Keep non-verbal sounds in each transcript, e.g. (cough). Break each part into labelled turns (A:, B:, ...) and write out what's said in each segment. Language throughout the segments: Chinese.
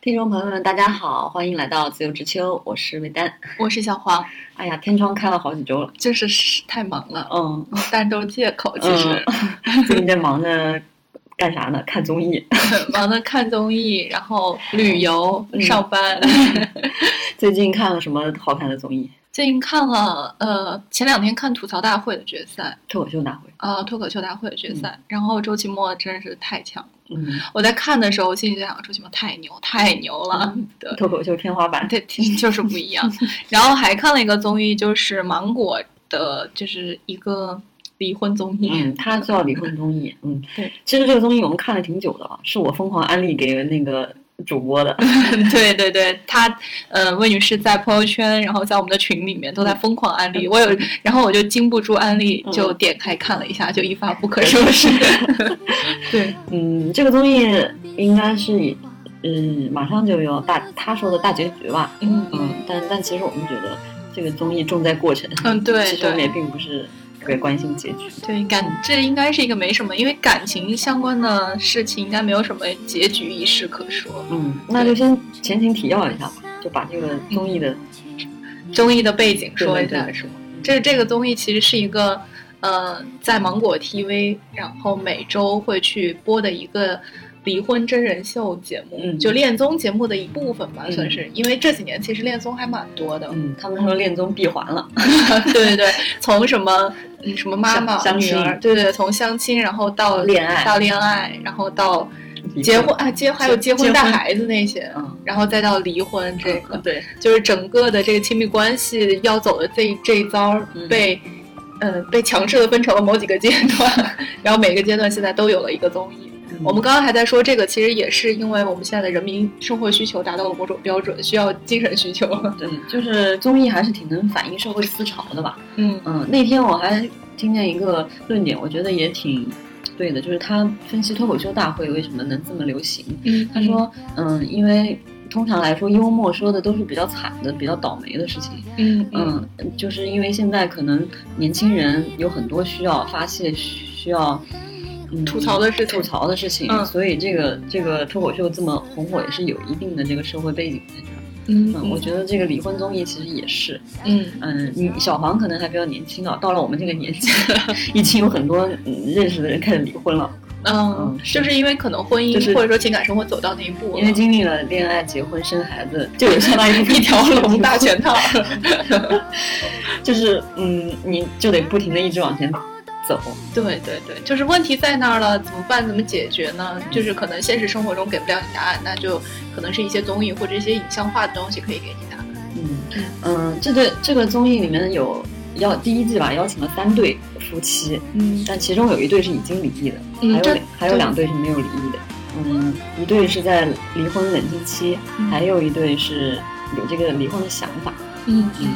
A: 听众朋友们，大家好，欢迎来到自由之秋，我是魏丹。
B: 我是小黄，
A: 哎呀，天窗开了好几周了，
B: 就是是太忙了，
A: 嗯， (laughs)
B: 但都是借口。其实、
A: 最近在忙着干啥呢？看综艺。
B: (laughs)
A: (laughs)
B: 忙着看综艺，然后旅游、
A: 嗯
B: 上班。 (laughs)
A: 最近看了什么好看的综艺？
B: 最近看了，呃，前两天看吐槽大会的决赛，
A: 脱口秀大会。
B: 呃，脱口秀大会的决赛，然后周奇墨真是太强了。
A: 嗯，
B: 我在看的时候，我心里就想，周奇墨太牛，太牛了， (laughs) 对。
A: 脱口秀天花板。
B: 对， (laughs) 就是不一
A: (laughs)
B: 样。然后还看了一个综艺，就是芒果的，就是一个离婚综艺。
A: 嗯，他叫离婚综艺。嗯，
B: 对，
A: 其实这个综艺我们看了挺久的了，是我疯狂安利给那个主播的。
B: (laughs) 对对对，她呃，魏女士在朋友圈，然后在我们的群里面都在疯狂安利。我有，然后我就经不住安利，
A: 嗯
B: 就点开看了一下，就一发不可收
A: (laughs)
B: 拾。对，
A: 嗯，这个综艺应该是以，嗯，马上就有大他说的大结局吧。
B: 嗯
A: 嗯，但但其实我们觉得这个综艺重在过程。
B: 嗯对
A: 其实我们嗯
B: 对
A: 也并不是特别关心结局。
B: 对，感这应该是一个没什么，因为感情相关的事情应该没有什么结局一事可说。
A: 嗯，那就先前情提要一下吧，就把这个综艺的，
B: 综艺的背景说一
A: 对对
B: 下
A: 对
B: 是吗？这这个综艺其实是一个，呃，在芒果 TV，然后每周会去播的一个离婚真人秀节目，
A: 嗯
B: 就恋综节目的一部分吧，
A: 嗯
B: 算是。因为这几年其实恋综还蛮多的，
A: 嗯，他们说恋综闭环了，
B: (laughs) 对对对，从什么嗯什么妈妈、
A: 相相
B: 女
A: 亲
B: 儿，对对，从相亲，然后到
A: 恋爱嗯
B: 到恋爱，然后到结婚，啊，结还有结
A: 结
B: 婚
A: 婚
B: 带孩子那些。
A: 嗯，
B: 然后再到离婚这个，
A: 对，
B: 就是整个的这个亲密关系要走的这一这一遭
A: 嗯
B: 被，呃，被强制的分成了某几个阶段， (laughs) 然后每个阶段现在都有了一个综艺。我们刚刚还在说这个，其实也是因为我们现在的人民生活需求达到了某种标准，需要精神需求。 (laughs)
A: 对，就是综艺还是挺能反映社会思潮的吧。
B: 嗯
A: 嗯，那天我还听见一个论点，我觉得也挺对的，就是他分析脱口秀大会为什么能这么流行，
B: 嗯，
A: 他说，嗯，因为通常来说，幽默说的都是比较惨的、比较倒霉的事情。
B: 嗯嗯
A: 嗯，就是因为现在可能年轻人有很多需要发泄、需要、嗯、
B: 吐槽的事情
A: 吐槽的事情，
B: 嗯
A: 所以这个这个脱口秀这么红火也是有一定的这个社会背景在这儿。
B: 嗯
A: 嗯，我觉得这个离婚综艺其实也是，
B: 嗯
A: 嗯，你小黄可能还比较年轻啊，到了我们这个年纪， (laughs) 已经有很多嗯认识的人开始离婚了，
B: 嗯，就是因为可能婚
A: 就是
B: 姻或者说情感生活走到那一步了，
A: 因为经历了恋爱、结婚、生孩子，就有相当于
B: 一条龙大全套。
A: (laughs)
B: (laughs)
A: 就是嗯，你就得不停的一直往前走。
B: 对对对，就是问题在那儿了，怎么办？怎么解决呢？就是可能现实生活中给不了你答案，那就可能是一些综艺或者一些影像化的东西可以给你答案。
A: 嗯嗯，这对这个综艺里面有邀第一季吧，邀请了三对夫妻，
B: 嗯
A: 但其中有一对是已经离异的，
B: 嗯
A: 还有
B: 这
A: 两还有
B: 对
A: 两对是没有离异的。嗯，一对是在离婚冷静期，
B: 嗯
A: 还有一对是有这个离婚的想法。
B: 嗯
A: 嗯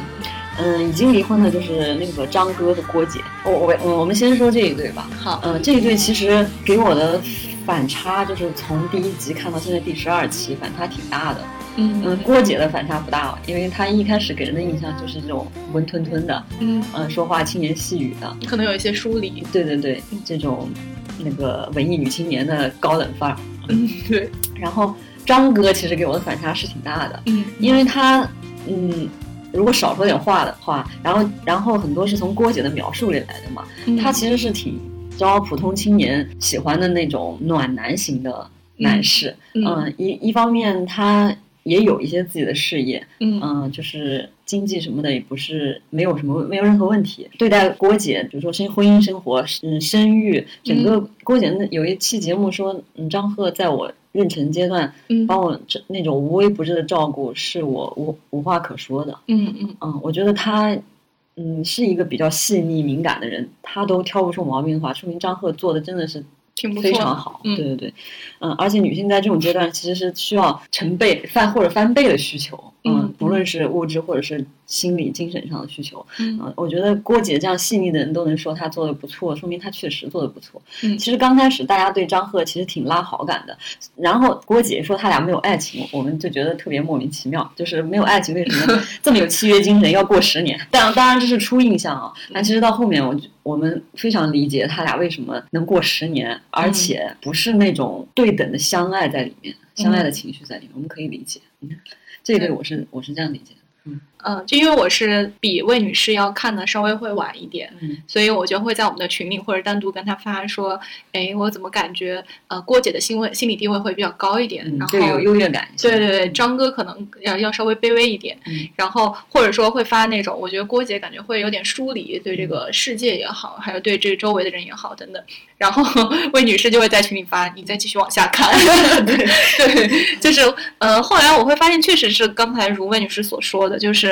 A: 嗯，已经离婚的就是那个张哥和郭姐。我我我我们先说这一对吧。
B: 好，
A: 嗯，这一对其实给我的反差就是从第一集看到现在第十二期，反差挺大的。嗯，
B: 嗯
A: 郭姐的反差不大，啊因为她一开始给人的印象就是这种温吞吞的，
B: 嗯，
A: 嗯，说话轻言细语的，
B: 可能有一些疏离。
A: 对对对，这种那个文艺女青年的高冷范儿。
B: 嗯，对，
A: 然后张哥其实给我的反差是挺大的，
B: 嗯
A: 因为他，嗯，如果少说点话的话，然后然后很多是从郭姐的描述里来的嘛，
B: 嗯
A: 他其实是挺招普通青年喜欢的那种暖男型的男士。
B: 嗯
A: 嗯，一一方面他也有一些自己的事业，
B: 嗯
A: 嗯，就是经济什么的也不是没有什么没有任何问题。对待郭姐，比如说生婚姻生活，嗯，生育，整个郭姐那有一期节目说，嗯，张赫在我妊娠阶段
B: 嗯
A: 帮我这那种无微不至的照顾，是我无无话可说的。
B: 嗯嗯
A: 嗯，我觉得他，嗯，是一个比较细腻敏感的人，他都挑不出毛病的话，说明张赫做的真的是
B: 挺不错
A: 非
B: 的
A: 常好。
B: 嗯
A: 对对对，嗯，而且女性在这种阶段其实是需要成倍翻或者翻倍的需求，嗯，
B: 嗯
A: 不论是物质或者是心理、精神上的需求。
B: 嗯
A: 啊，我觉得郭姐这样细腻的人都能说她做的不错，说明她确实做的不错。
B: 嗯
A: 其实刚开始大家对张赫其实挺拉好感的，然后郭姐说他俩没有爱情，我们就觉得特别莫名其妙，就是没有爱情为什
B: (laughs)
A: 么这么有契约精神，要过十年？但当然这是初印象啊，但其实到后面我就我们非常理解他俩为什么能过十年，
B: 嗯
A: 而且不是那种对等的相爱在里面，相
B: 嗯
A: 爱的情绪在里面，我们可以理解。嗯，这一对我是我是这样理解的。
B: 嗯，就因为我是比魏女士要看的稍微会晚一点，
A: 嗯
B: 所以我就会在我们的群里或者单独跟她发说，哎，我怎么感觉呃郭姐的心位心理地位会比较高一点，
A: 嗯
B: 然，后
A: 这个有嗯优越感一些。
B: 对对对，张哥可能要要稍微卑微一点，
A: 嗯
B: 然后或者说会发那种，我觉得郭姐感觉会有点疏离，对这
A: 嗯
B: 个世界也好，还有对这周围的人也好等等。然后 (laughs) 魏女士就会在群里发，你再继续往下看。 (laughs) 对对， (laughs) 就是呃，后来我会发现，确实是刚才如魏女士所说的，就是。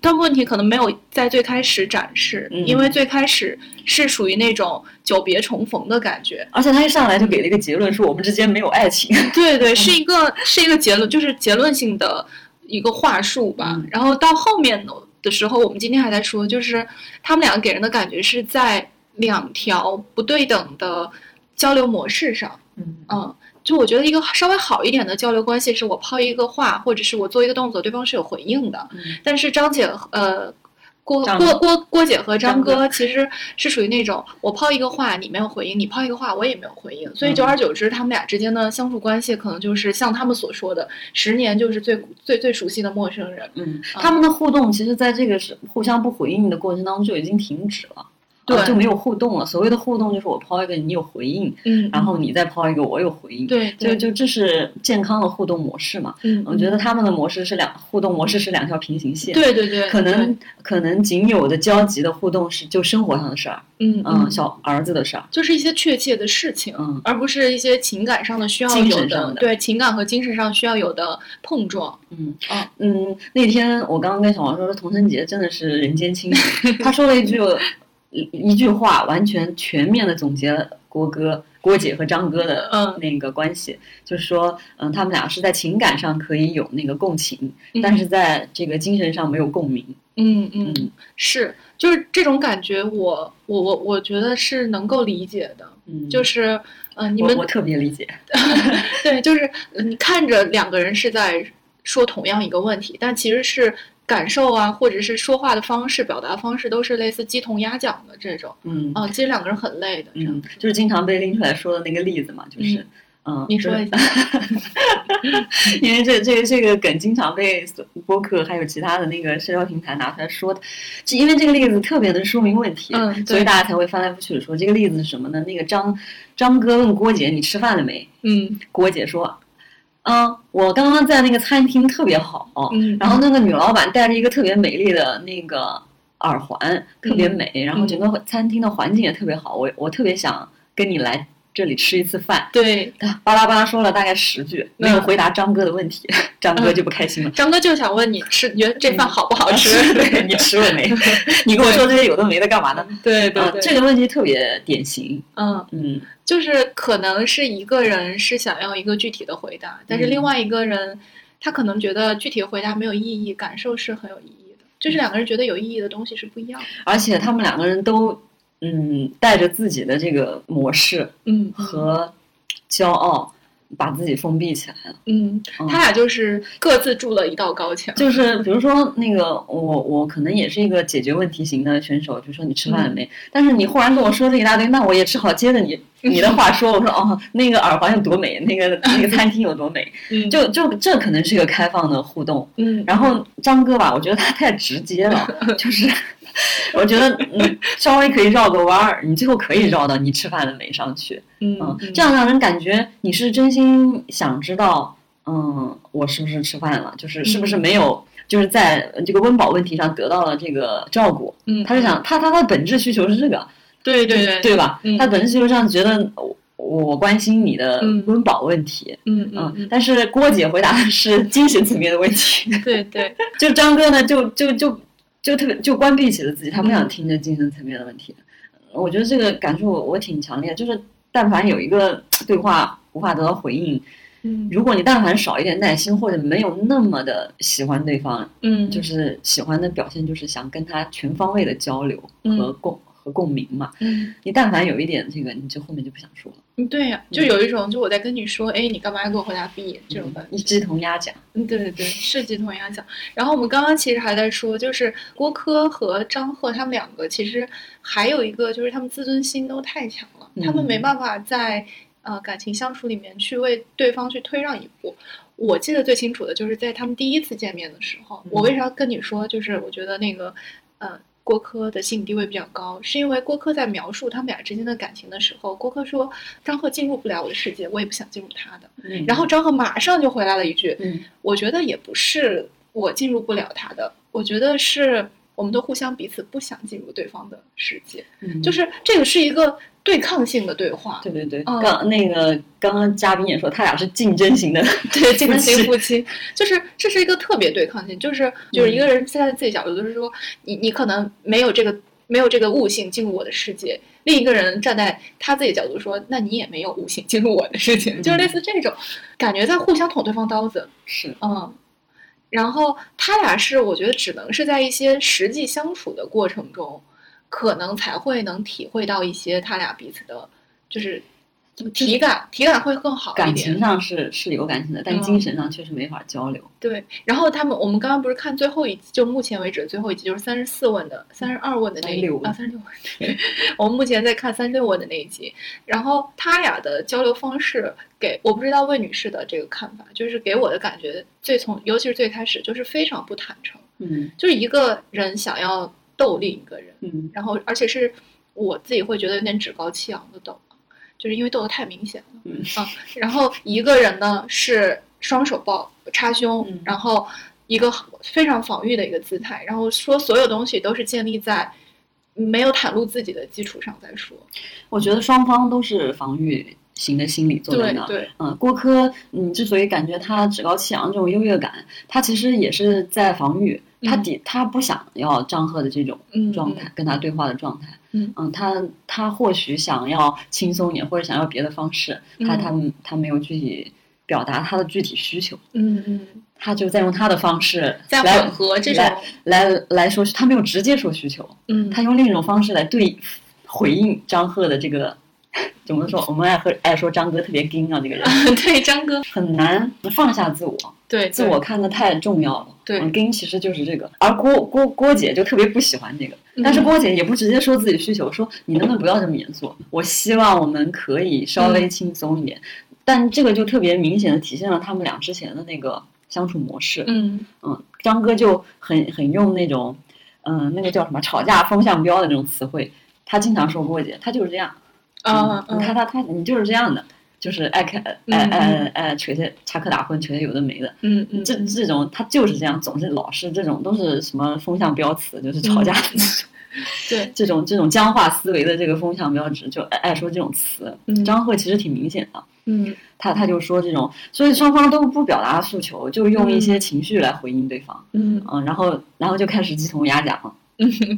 B: 但问题可能没有在最开始展示，
A: 嗯
B: 因为最开始是属于那种久别重逢的感觉，
A: 而且他一上来就给了一个结论，说我们之间没有爱情。
B: 对对，
A: 嗯
B: 是一个是一个结论，就是结论性的一个话术吧。
A: 嗯
B: 然后到后面的时候，我们今天还在说，就是他们两个给人的感觉是在两条不对等的交流模式上，
A: 嗯
B: 嗯。就我觉得一个稍微好一点的交流关系，是我抛一个话，或者是我做一个动作，对方是有回应的。但是张姐和呃郭
A: 嗯张
B: 郭郭郭姐和张
A: 张哥
B: 哥其实是属于那种我抛一个话你没有回应，你抛一个话我也没有回应，所以
A: 嗯
B: 久而久之他们俩之间的相处关系可能就是像他们所说的，十年就是最最最熟悉的陌生人。
A: 嗯，他们的互动其实在这个是互相不回应的过程当中就已经停止了，
B: 对
A: 啊就没有互动了。所谓的互动就是我抛一个你有回应，
B: 嗯
A: 然后你再抛一个我有回应，
B: 对
A: 就
B: 对，
A: 就这是健康的互动模式嘛。
B: 嗯
A: 我觉得他们的模式是两互动模式是两条平行线。
B: 对对对，
A: 可
B: 对
A: 能可能仅有的交集的互动是就生活上的事儿，
B: 嗯
A: 嗯，小儿子的事儿，
B: 就是一些确切的事情，
A: 嗯
B: 而不是一些情感上的需要
A: 精
B: 有
A: 神
B: 的
A: 上的
B: 对情感和精神上需要有的碰撞。
A: 嗯
B: 啊
A: 嗯，那天我刚刚跟小王说，说童晨杰真的是人间清醒，他说了一句一一句话，完全全面的总结了郭哥、郭姐和张哥的
B: 嗯
A: 那个关系，就是说，嗯，他们俩是在情感上可以有那个共情，
B: 嗯
A: 但是在这个精神上没有共鸣。
B: 嗯嗯
A: 嗯
B: 是，就是这种感觉我，我我我觉得是能够理解的，
A: 嗯，
B: 就是是嗯、呃你
A: 我
B: 们
A: 我特别理解，
B: (laughs) 对，就是呃你看着两个人是在说同样一个问题，但其实是感受啊，或者是说话的方式、表达方式都是类似鸡同鸭讲的这种
A: 嗯
B: 啊、其实两个人很累的，这样
A: 嗯，就是经常被拎出来说的那个例子嘛，就是。
B: 嗯
A: 嗯
B: 你说
A: 对
B: 一下，
A: 因为这这这个梗经常被播客还有其他的那个社交平台拿出来说的，就因为这个例子特别的说明问题，
B: 嗯对
A: 所以大家才会翻来覆去的说这个例子是什么呢？那个张张哥问郭姐你吃饭了没？
B: 嗯
A: 郭姐说，嗯，我刚刚在那个餐厅特别好，
B: 嗯，
A: (laughs) 然后那个女老板戴着一个特别美丽的那个耳环，特别
B: 嗯
A: 美，然后整个餐厅的环境也特别好，我我特别想跟你来这里吃一次饭。
B: 对。
A: 啊巴拉巴拉说了大概十
B: 嗯
A: 句，没有回答张哥的问题， (laughs) 张哥就不开心了。
B: 张哥就想问你吃，你觉得这饭好不嗯好吃？
A: (laughs) 对你嗯吃了
B: (laughs)
A: 没？你跟我说这些有的没的干嘛呢？
B: 对对
A: 啊，
B: 对，
A: 这个问题特别典型。
B: 嗯，
A: 嗯
B: 就是可能是一个人是想要一个具体的回答，但
A: 嗯
B: 是另外一个人他可能觉得具体的回答没有意义，感受是很有意义的。就是两个人觉得有意义的东西是不一样的。
A: 而且他们两个人都嗯带着自己的这个模式
B: 嗯
A: 和骄傲，把自己封闭起来了。
B: 嗯，
A: 嗯
B: 他俩就是各自筑了一道高墙。
A: 就是比如说那个我我可能也是一个解决问题型的选手，就说你吃饭了没？但是你忽然跟我说这一大堆，那我也只好接着你你的话说，我说哦，那个耳环有多美，那个那个餐厅有多美，
B: 嗯
A: 就就这可能是一个开放的互动。
B: 嗯，
A: 然后张哥吧，我觉得他太直接了，就是我觉得嗯稍微可以绕个弯儿，你最后可以绕到你吃饭了没上去，
B: 嗯
A: 嗯，这样让人感觉你是真心想知道，嗯，我是不是吃饭了，就是是
B: 嗯
A: 不是没有，就是在这个温饱问题上得到了这个照顾。
B: 嗯，
A: 他是想他他他的本质需求是这个，
B: 对对对
A: 对吧？
B: 嗯
A: 他的本质需求上觉得我我关心你的
B: 嗯
A: 温饱问题，
B: 嗯
A: 嗯
B: 嗯，嗯，
A: 但是郭姐回答的是精神层面的问题，
B: 对对
A: 就张哥呢，就就就就特别就关闭起了自己，他不
B: 嗯
A: 想听这精神层面的问题。我觉得这个感受我我挺强烈，就是但凡有一个对话无法得到回应，
B: 嗯
A: (laughs) 如果你但凡少一点耐心，或者没有那么的喜欢对方，
B: 嗯，
A: 就是喜欢的表现就是想跟他全方位的交流
B: 嗯
A: 和共、和共鸣嘛。
B: 嗯，
A: 你但凡有一点这个，你就后面就不想说了，
B: 嗯对呀、就有一种就我在跟你说，哎，你干嘛要给我回答 B 这种感觉。
A: 一鸡同鸭讲。
B: 嗯，对对对，是鸡同鸭讲。然后我们刚刚其实还在说，就是郭柯和张赫他们两个，其实还有一个就是他们自尊心都太强了，他们没
A: 嗯
B: 办法在呃感情相处里面去为对方去推让一步。我记得最清楚的就是在他们第一次见面的时候，我为
A: 嗯
B: 啥要跟你说，就是我觉得那个呃郭柯的心理地位比较高，是因为郭柯在描述他们俩之间的感情的时候，郭柯说张赫进入不了我的世界，我也不想进入他的。然后张赫马上就回来了一句。
A: 嗯，
B: 我觉得也不是我进入不了他的，我觉得是我们都互相彼此不想进入对方的世界，
A: 嗯，
B: 就是是这个是一个对抗性的对话，
A: 对对对，
B: 嗯
A: 刚那个刚刚嘉宾也说，他俩是竞争型的，
B: 对竞争
A: 是
B: 型夫妻，就是这是一个特别对抗性，就是就是一个人站在自己角度，就是说你你可能没有这个没有这个悟性进入我的世界，另一个人站在他自己角度说，那你也没有悟性进入我的世界，就是类似这种感觉在互相捅对方刀子，
A: 是
B: 嗯，然后他俩是我觉得只能是在一些实际相处的过程中，可能才会能体会到一些他俩彼此的，就是体感，体感会更好一
A: 感情
B: 点。
A: 上是是有感情的，但
B: 嗯
A: 精神上确实没法交流。
B: 对，然后他们我们刚刚不是看最后一集，就目前为止最后一集就是三十四问的、三十二问的那一
A: 36
B: 啊三十六问， (laughs) 对我们目前在看三十六问的那一集，然后他俩的交流方式给我不知道魏女士的这个看法，就是给我的感觉最从尤其是最开始就是非常不坦诚。
A: 嗯
B: 就是一个人想要斗另一个人，
A: 嗯
B: 然后而且是我自己会觉得有点趾高气扬的斗，就是因为斗得太明显了。
A: 嗯
B: 啊，然后一个人呢是双手抱插胸，
A: 嗯
B: 然后一个非常防御的一个姿态，然后说所有东西都是建立在没有袒露自己的基础上再说。
A: 我觉得双方都是防御型的心理坐在
B: 对
A: 那儿。
B: 对，
A: 嗯，郭柯，嗯，之所以感觉他趾高气扬这种优越感，他其实也是在防御，他
B: 嗯
A: 抵他不想要张赫的这种
B: 嗯，
A: 状态，跟他对话的状态。
B: 嗯
A: 他他或许想要轻松一点，或者想要别的方式，他
B: 嗯
A: 他他没有具体表达他的具体需求，
B: 嗯，嗯嗯，
A: 他就在用他的方式
B: 在
A: 来
B: 缓和这种
A: 来，来来说，他没有直接说需求，
B: 嗯，
A: 他用另一种方式来对回应张赫的这个。 (laughs) 怎么说？我们爱和爱说张哥特别硬啊，这个人
B: (laughs) 对张哥，
A: 很难放下自我，
B: 对
A: 自
B: 对
A: 我看得太重要了。
B: 对
A: 嗯跟其实就是这个。而郭郭郭姐就特别不喜欢这个，但是
B: 嗯
A: 郭姐也不直接说自己的需求，说你能不能不要这么严肃？我希望我们可以稍
B: 嗯
A: 微轻松一点。但这个就特别明显的体现了他们俩之前的那个相处模式。
B: 嗯
A: 嗯，张哥就很很用那种，嗯、那个叫什么吵架风向标的那种词汇，他经常说郭姐，他就是这样。
B: 啊
A: 嗯，他
B: 嗯
A: 他他，你就是这样的，就是爱看爱
B: 嗯
A: 爱爱扯些插科打诨，扯些有的没的。
B: 嗯嗯，
A: 这这种他就是这样，总是老是这种，都是什么风向标词，
B: 嗯
A: 就是吵架的那种。
B: 对，
A: 这种这种僵化思维的这个风向标志，就爱爱说这种词。
B: 嗯
A: 张赫其实挺明显的，
B: 嗯。
A: 他他就说这种，所以双方都不表达诉求，就用一些情绪来回应对方。
B: 嗯，
A: 嗯，然后然后就开始鸡同鸭讲了。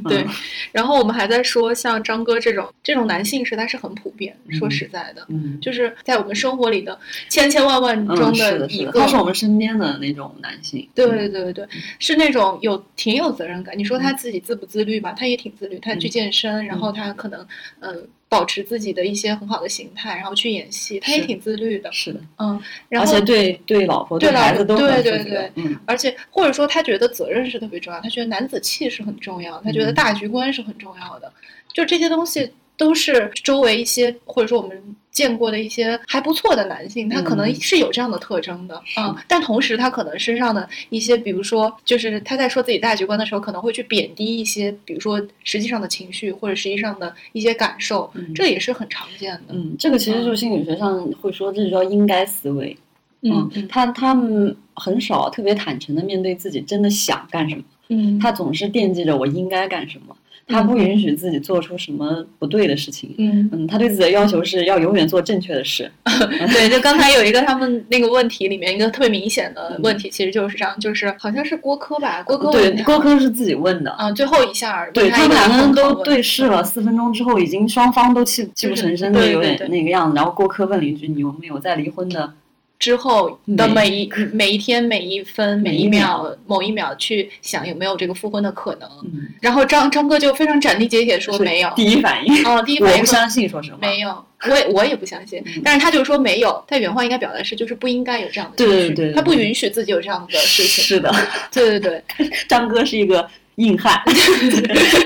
B: 对
A: 嗯。
B: 然后我们还在说，像张哥这种这种男性实在是很普遍。说
A: 嗯
B: 实在的，
A: 嗯，
B: 就是在我们生活里的千千万万中
A: 嗯，是的，
B: 一
A: 是的，
B: 个。
A: 他是我们身边的那种男性。嗯
B: 对对对对，是那种有挺有责任感。你说他自己自不自律吧，他也挺自律，他去
A: 嗯
B: 健身，然后他可能嗯、呃保持自己的一些很好的形态，然后去演戏，他也
A: 是
B: 挺自律的。
A: 是的，
B: 嗯，然
A: 而
B: 后
A: 且对对老婆
B: 对老
A: 孩
B: 婆
A: 子都很
B: 对
A: 负
B: 对
A: 责
B: 对
A: 嗯
B: 而且或者说他觉得责任是特别重要，他觉得男子气是很重要，他觉得
A: 嗯
B: 大局观是很重要的，就这些东西都是周围一些或者说我们见过的一些还不错的男性，他可能
A: 嗯
B: 是有这样的特征的
A: 是
B: 啊、但同时他可能身上的一些，比如说就是他在说自己大局观的时候，可能会去贬低一些，比如说实际上的情绪或者实际上的一些感受，
A: 嗯
B: 这也是很常见的。
A: 嗯，这个其实就是心理学上会说，这叫应该思维。
B: 嗯
A: 他他们很少特别坦诚的面对自己真的想干什么，
B: 嗯，
A: 他总是惦记着我应该干什么，他不允许自己做出什么不对的事情。
B: 嗯。
A: 嗯嗯，他对自己的要求是要永远做正确的事。 (laughs)
B: 对，就刚才有一个他们那个问题里面一个特别明显的问题，其实就是这样，就是好像是郭柯吧，郭柯
A: 嗯对
B: 问，他
A: 郭，柯是自己问的。
B: 嗯，最后一下儿
A: 对
B: 问
A: 他
B: 一
A: 们
B: 个
A: 两个人
B: 很好
A: 都
B: 问
A: 对视了四分钟之后，已经双方都泣泣不成声
B: 就
A: 的，
B: 是
A: 有
B: 对对
A: 点
B: 对
A: 那个样子。然后郭柯问了一句：“你有没有在离婚的
B: 之后的
A: 每
B: 每一每一天、每一分、
A: 每
B: 每
A: 一
B: 一秒、某一秒去想有没有这个复婚的可能。
A: 嗯，
B: 然后张张哥就非常斩钉截铁说
A: 是
B: 没有，
A: 第一反应，
B: 哦，第一反
A: 我
B: 应
A: 不
B: 说
A: 相信，说实话，
B: 没有，我也我也不相信
A: 嗯，
B: 但是他就说没有，他原话应该表达的是就是不应该有这样的
A: 对
B: 情绪，
A: 对对对
B: 他不允许自己有这样的事情，
A: 是的，
B: 对对对，
A: 张哥是一个硬
B: (laughs)
A: 汉，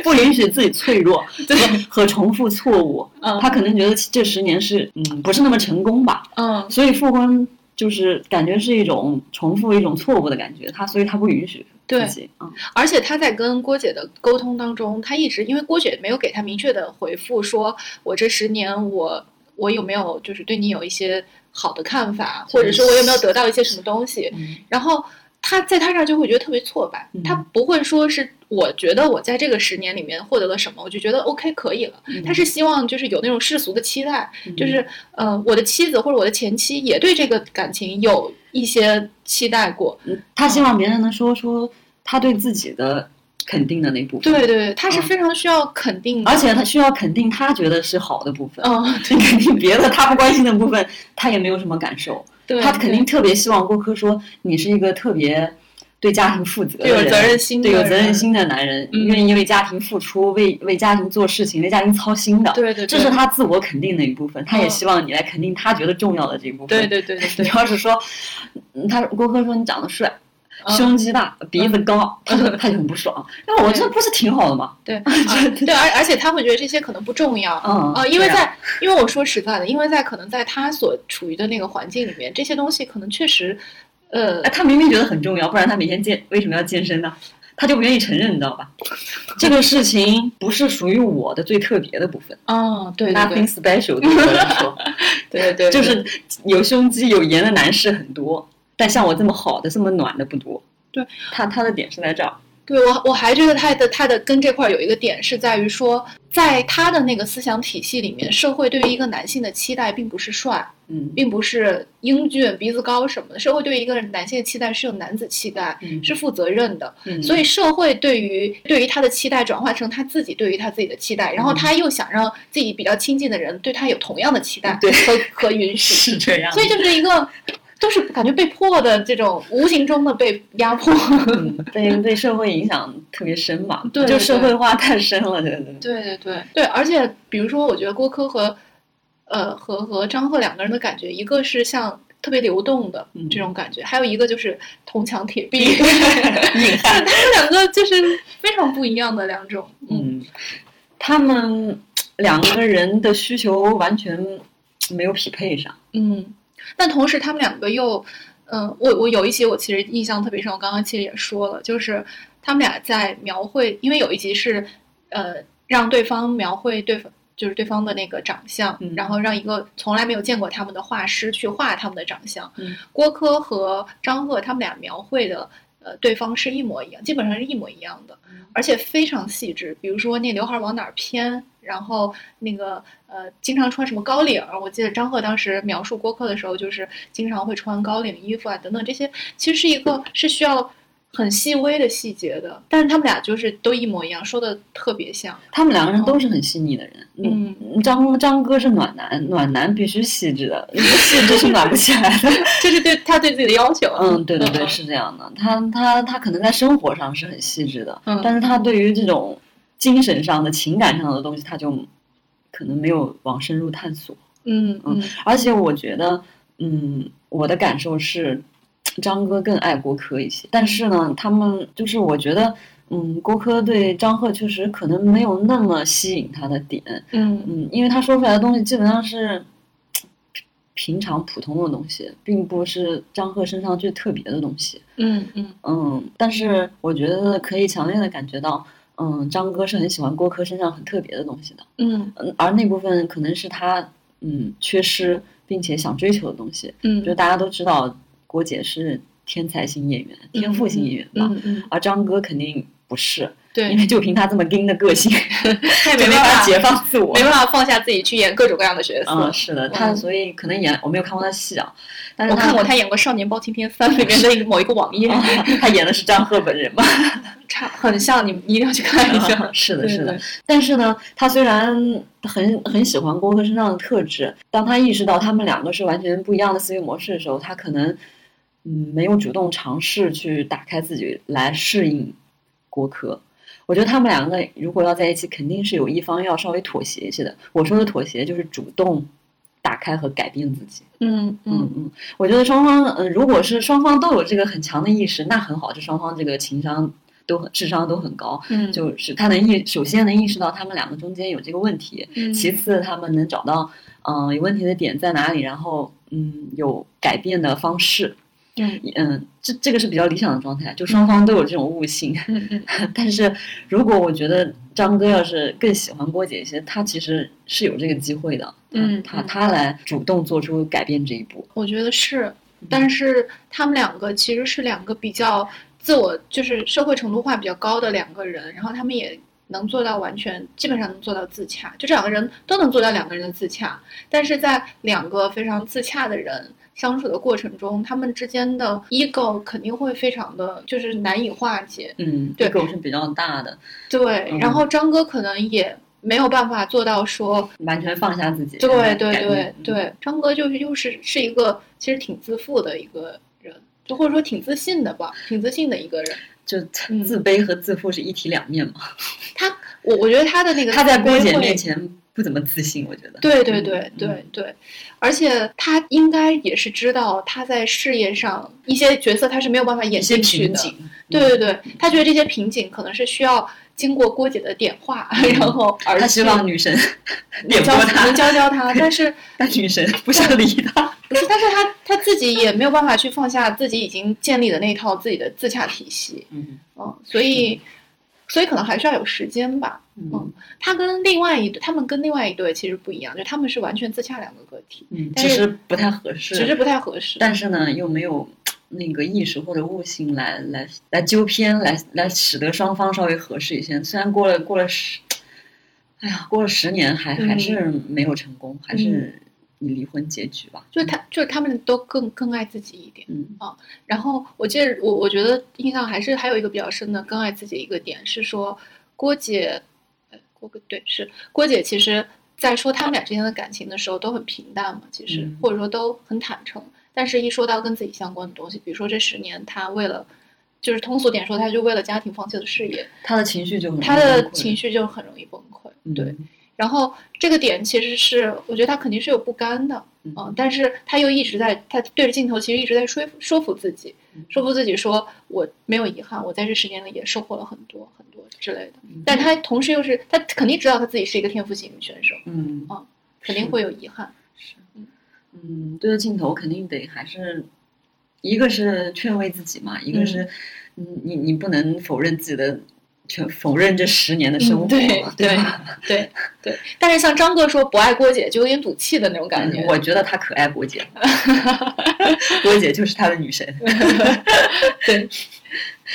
A: 不允许自己脆弱
B: 对
A: 和和重复错误。
B: 嗯
A: 他可能觉得这十年是嗯不是那么成功吧，
B: 嗯
A: 所以复婚就是感觉是一种重复一种错误的感觉，他所以他不允许
B: 对
A: 自，己啊、嗯
B: 而且他在跟郭姐的沟通当中，他一直因为郭姐没有给他明确的回复，说我这十年我我有没有就是对你有一些好的看法，或者说我有没有得到一些什么东西，然后他在他这儿就会觉得特别挫败，
A: 嗯
B: 他不会说是我觉得我在这个十年里面获得了什么，我就觉得 OK 可以了。
A: 嗯
B: 他是希望就是有那种世俗的期待，
A: 嗯
B: 就是呃，我的妻子或者我的前妻也对这个感情有一些期待过。
A: 他希望别人能说说他对自己的肯定的那部分，
B: 对对，对，他是
A: 嗯
B: 非常需要肯定的，
A: 而且他需要肯定他觉得是好的部分， (laughs)
B: 嗯，
A: 你肯定别的他不关心的部分，他也没有什么感受。
B: 对，
A: 他肯
B: 对
A: 定特别希望郭柯说你是一个特别对家庭负责的
B: 对有
A: 人
B: 责任心的
A: 对有责任
B: 人
A: 心的男人，
B: 嗯
A: 愿意为家庭付出，为为家庭做事情，为家庭操心的。
B: 对对，
A: 这
B: 对
A: 是他自我肯定的一部分，他也
B: 嗯
A: 希望你来肯定他觉得重要的这一部分。
B: 对对对对
A: (laughs) 你
B: 对，
A: 要是说，嗯他郭柯说你长得帅，
B: 嗯
A: 胸肌大，鼻子高，他
B: (laughs)
A: 就他就很不爽。然后我
B: 对
A: 这不是挺好的吗？
B: 对啊对，而而且他会觉得这些可能不重要，
A: 嗯
B: 啊，因为
A: 对啊
B: 在，因为我说实在的，因为在可能在他所处于的那个环境里面，这些东西可能确实，呃
A: 哎，，他明明觉得很重要，不然他每天健为什么要健身呢？他就不愿意承认，你知道吧？这个事情不是属于我的最特别的部分
B: 哦，对对
A: ，nothing
B: 对
A: special 对我来说，
B: 对对，对
A: 就是有胸肌有颜的男士很多，但像我这么好的、这么暖的不多。
B: 对，
A: 他他的点是在这儿，
B: 对我我还觉得他的他的跟这块儿有一个点是在于说，在他的那个思想体系里面，社会对于一个男性的期待并不是帅，
A: 嗯
B: 并不是英俊、鼻子高什么的，社会对于一个男性的期待是有男子气概，
A: 嗯
B: 是负责任的，
A: 嗯
B: 所以社会对于对于他的期待转换成他自己对于他自己的期待，然后他又想让自己比较亲近的人对他有同样的期待
A: 对
B: 和和允 (laughs) 许，
A: 是这样
B: 所以就是一个都是感觉被迫的这种无形中的被压迫。
A: 嗯被被社会影响特别深吧，
B: 对
A: 就
B: 对
A: 社会化太深了，对对对，
B: 对对对对，而且比如说，我觉得郭柯和呃和和张赫两个人的感觉，一个是像特别流动的
A: 嗯
B: 这种感觉，还有一个就是铜墙铁壁，
A: (laughs) 硬
B: (laughs) 他们两个就是非常不一样的两种，嗯
A: 嗯，他们两个人的需求完全没有匹配上。
B: 嗯，但同时他们两个又，嗯、我我有一集我其实印象特别深，我刚刚其实也说了，就是他们俩在描绘，因为有一集是，呃，让对方描绘对方就是对方的那个长相，
A: 嗯
B: 然后让一个从来没有见过他们的画师去画他们的长相。
A: 嗯
B: 郭柯和张赫他们俩描绘的，呃，对方是一模一样，基本上是一模一样的。而且非常细致。比如说那刘海儿往哪儿偏，然后那个呃，经常穿什么高领儿。我记得张赫当时描述郭柯的时候，就是经常会穿高领衣服啊等等这些，其实是一个是需要很细微的细节的。但是他们俩就是都一模一样，说的特别像。
A: 他们两个人都是很细腻的人，
B: 嗯，
A: 张张哥是暖男，暖男必须细致的，
B: (laughs)
A: 细致是暖不起来的。
B: 这是对他对自己的要求。啊
A: 嗯，对对对，是这样的。他他他可能在生活上是很细致的，
B: 嗯
A: 但是他对于这种精神上的、情感上的东西，他就可能没有往深入探索。
B: 嗯嗯
A: 而且我觉得，嗯，我的感受是，张哥更爱郭柯一些。但是呢，他们就是我觉得，嗯，郭柯对张赫确实可能没有那么吸引他的点，
B: 嗯
A: 嗯，因为他说出来的东西基本上是平常普通的东西，并不是张赫身上最特别的东西。
B: 嗯嗯
A: 嗯，但是我觉得可以强烈的感觉到，嗯，张哥是很喜欢郭柯身上很特别的东西的。
B: 嗯
A: 嗯，而那部分可能是他嗯缺失并且想追求的东西。就
B: 嗯，
A: 大家都知道，郭姐是天才型演员、天赋型演员吧，
B: 嗯嗯
A: 而张哥肯定不是，
B: 对
A: 因为就凭他这么硬的
B: (laughs)
A: 个性，
B: 他也
A: 没
B: 办
A: 法
B: 法
A: 解放自我
B: 没。办法放下自己去演各种各样的角色。
A: 嗯，是的，他
B: 嗯
A: 所以可能演我没有看过他戏啊，但是
B: 我
A: 他
B: 看过他演过《少年包青天三》里面的一个某一个网页，
A: 哦 (laughs) 他演的是张赫本人吧？
B: 差很像，你你一定要去看一下。 (laughs)
A: 是的，
B: 对
A: 是的
B: 对。
A: 但是呢，他虽然很很喜欢郭柯身上的特质，当他意识到他们两个是完全不一样的思维模式的时候，他可能嗯没有主动尝试去打开自己来适应郭柯。我觉得他们两个如果要在一起，肯定是有一方要稍微妥协一些的。我说的妥协就是主动打开和改变自己。
B: 嗯
A: 嗯
B: 嗯，
A: 嗯，我觉得双方，嗯、如果是双方都有这个很强的意识，那很好，就双方这个情商都很，智商都很高，
B: 嗯
A: 就是他能意，首先能意识到他们两个中间有这个问题，
B: 嗯
A: 其次他们能找到，嗯、有问题的点在哪里，然后嗯，有改变的方式，
B: 嗯
A: 嗯，这这个是比较理想的状态，就双方都有这种悟性。 (laughs)
B: 嗯嗯
A: 但是如果我觉得张哥要是更喜欢郭姐一些，他其实是有这个机会的，啊
B: 嗯
A: 他
B: 嗯
A: 他来主动做出改变这一步。
B: 我觉得是，但是他们两个其实是两个比较自我，就是社会程度化比较高的两个人，然后他们也能做到完全，基本上能做到自洽，就这两个人都能做到两个人的自洽，但是在两个非常自洽的人。相处的过程中，他们之间的 ego 肯定会非常的，就是难以化解。
A: 嗯，
B: 对
A: 狗是比较大的，
B: 对，然
A: 嗯
B: 后张哥可能也没有办法做到说，
A: 完全放下自己。
B: 对对
A: 改
B: 对
A: 变，嗯
B: 对，张哥就是又是是一个其实挺自负的一个人，就或者说挺自信的吧，挺自信的一个人。
A: 就
B: 嗯
A: 自卑和自负是一体两面嘛。
B: 他，我我觉得他的那个
A: 他在
B: 自
A: 郭
B: 卑
A: 姐
B: 会
A: 面前不怎么自信，我觉得。
B: 对对
A: 嗯
B: 对对
A: 嗯
B: 对，而且他应该也是知道他在事业上一些角色他是没有办法演
A: 一些
B: 进去
A: 瓶
B: 的，
A: 颈。嗯
B: 对对对，他觉得这些瓶颈可能是需要经过郭姐的点化，然后而
A: 嗯他希
B: 去
A: 望女神点拨
B: 教能
A: 他，
B: 教教
A: (laughs)
B: 他，但是
A: 但女神不想理他。
B: 不是，但是他他自己也没有办法去放下自己已经建立的那一套自己的自洽体系，
A: 嗯
B: 嗯，所以所以可能还是要有时间吧。
A: 嗯
B: 他跟另外一对，他们跟另外一对其实不一样，就他们是完全自洽两个个体，
A: 嗯，
B: 但
A: 只
B: 是
A: 是不太合适。
B: 只是不太合适。
A: 但是呢，又没有那个意识或者悟性来来来纠偏，来来使得双方稍微合适一些。虽然过了过了十，哎呀，过了十年还、还
B: 嗯
A: 是没有成功，还是以离婚结局吧。
B: 就是他，就是他们都更更爱自己一点。
A: 嗯
B: 然后我记得我我觉得印象还是还有一个比较深的更爱自己一个点是说郭姐，呃郭哥对是郭姐其实在说他们俩之间的感情的时候都很平淡嘛，其实、
A: 嗯
B: 或者说都很坦诚，但是一说到跟自己相关的东西，比如说这十年他为了就是通俗点说，他就为了家庭放弃了事业，
A: 他的情绪就很
B: 他的情
A: 绪、
B: 绪就很容易崩溃。
A: 嗯
B: 对，，然后这个点其实是，我觉得他肯定是有不甘的，
A: 嗯
B: 嗯，但是他又一直在，他对着镜头其实一直在说服说服自己
A: 嗯，
B: 说服自己说我没有遗憾，我在这十年里也收获了很多很多之类的。
A: 嗯
B: 但他同时又是，他肯定知道他自己是一个天赋型选手，
A: 嗯
B: 哦肯定
A: 是
B: 会有遗憾。
A: 是嗯，对着镜头肯定得还是。一个是劝慰自己嘛，一个
B: 嗯
A: 是，你你你不能否认自己的，全否认这十年的生活，
B: 嗯对
A: 对
B: 对
A: 吧？
B: 对对，但是像张哥说不爱郭姐就有点赌气的那种感觉
A: 嗯。我觉得她可爱郭姐，郭姐就是她的女神，
B: (laughs)
A: (laughs)
B: 对，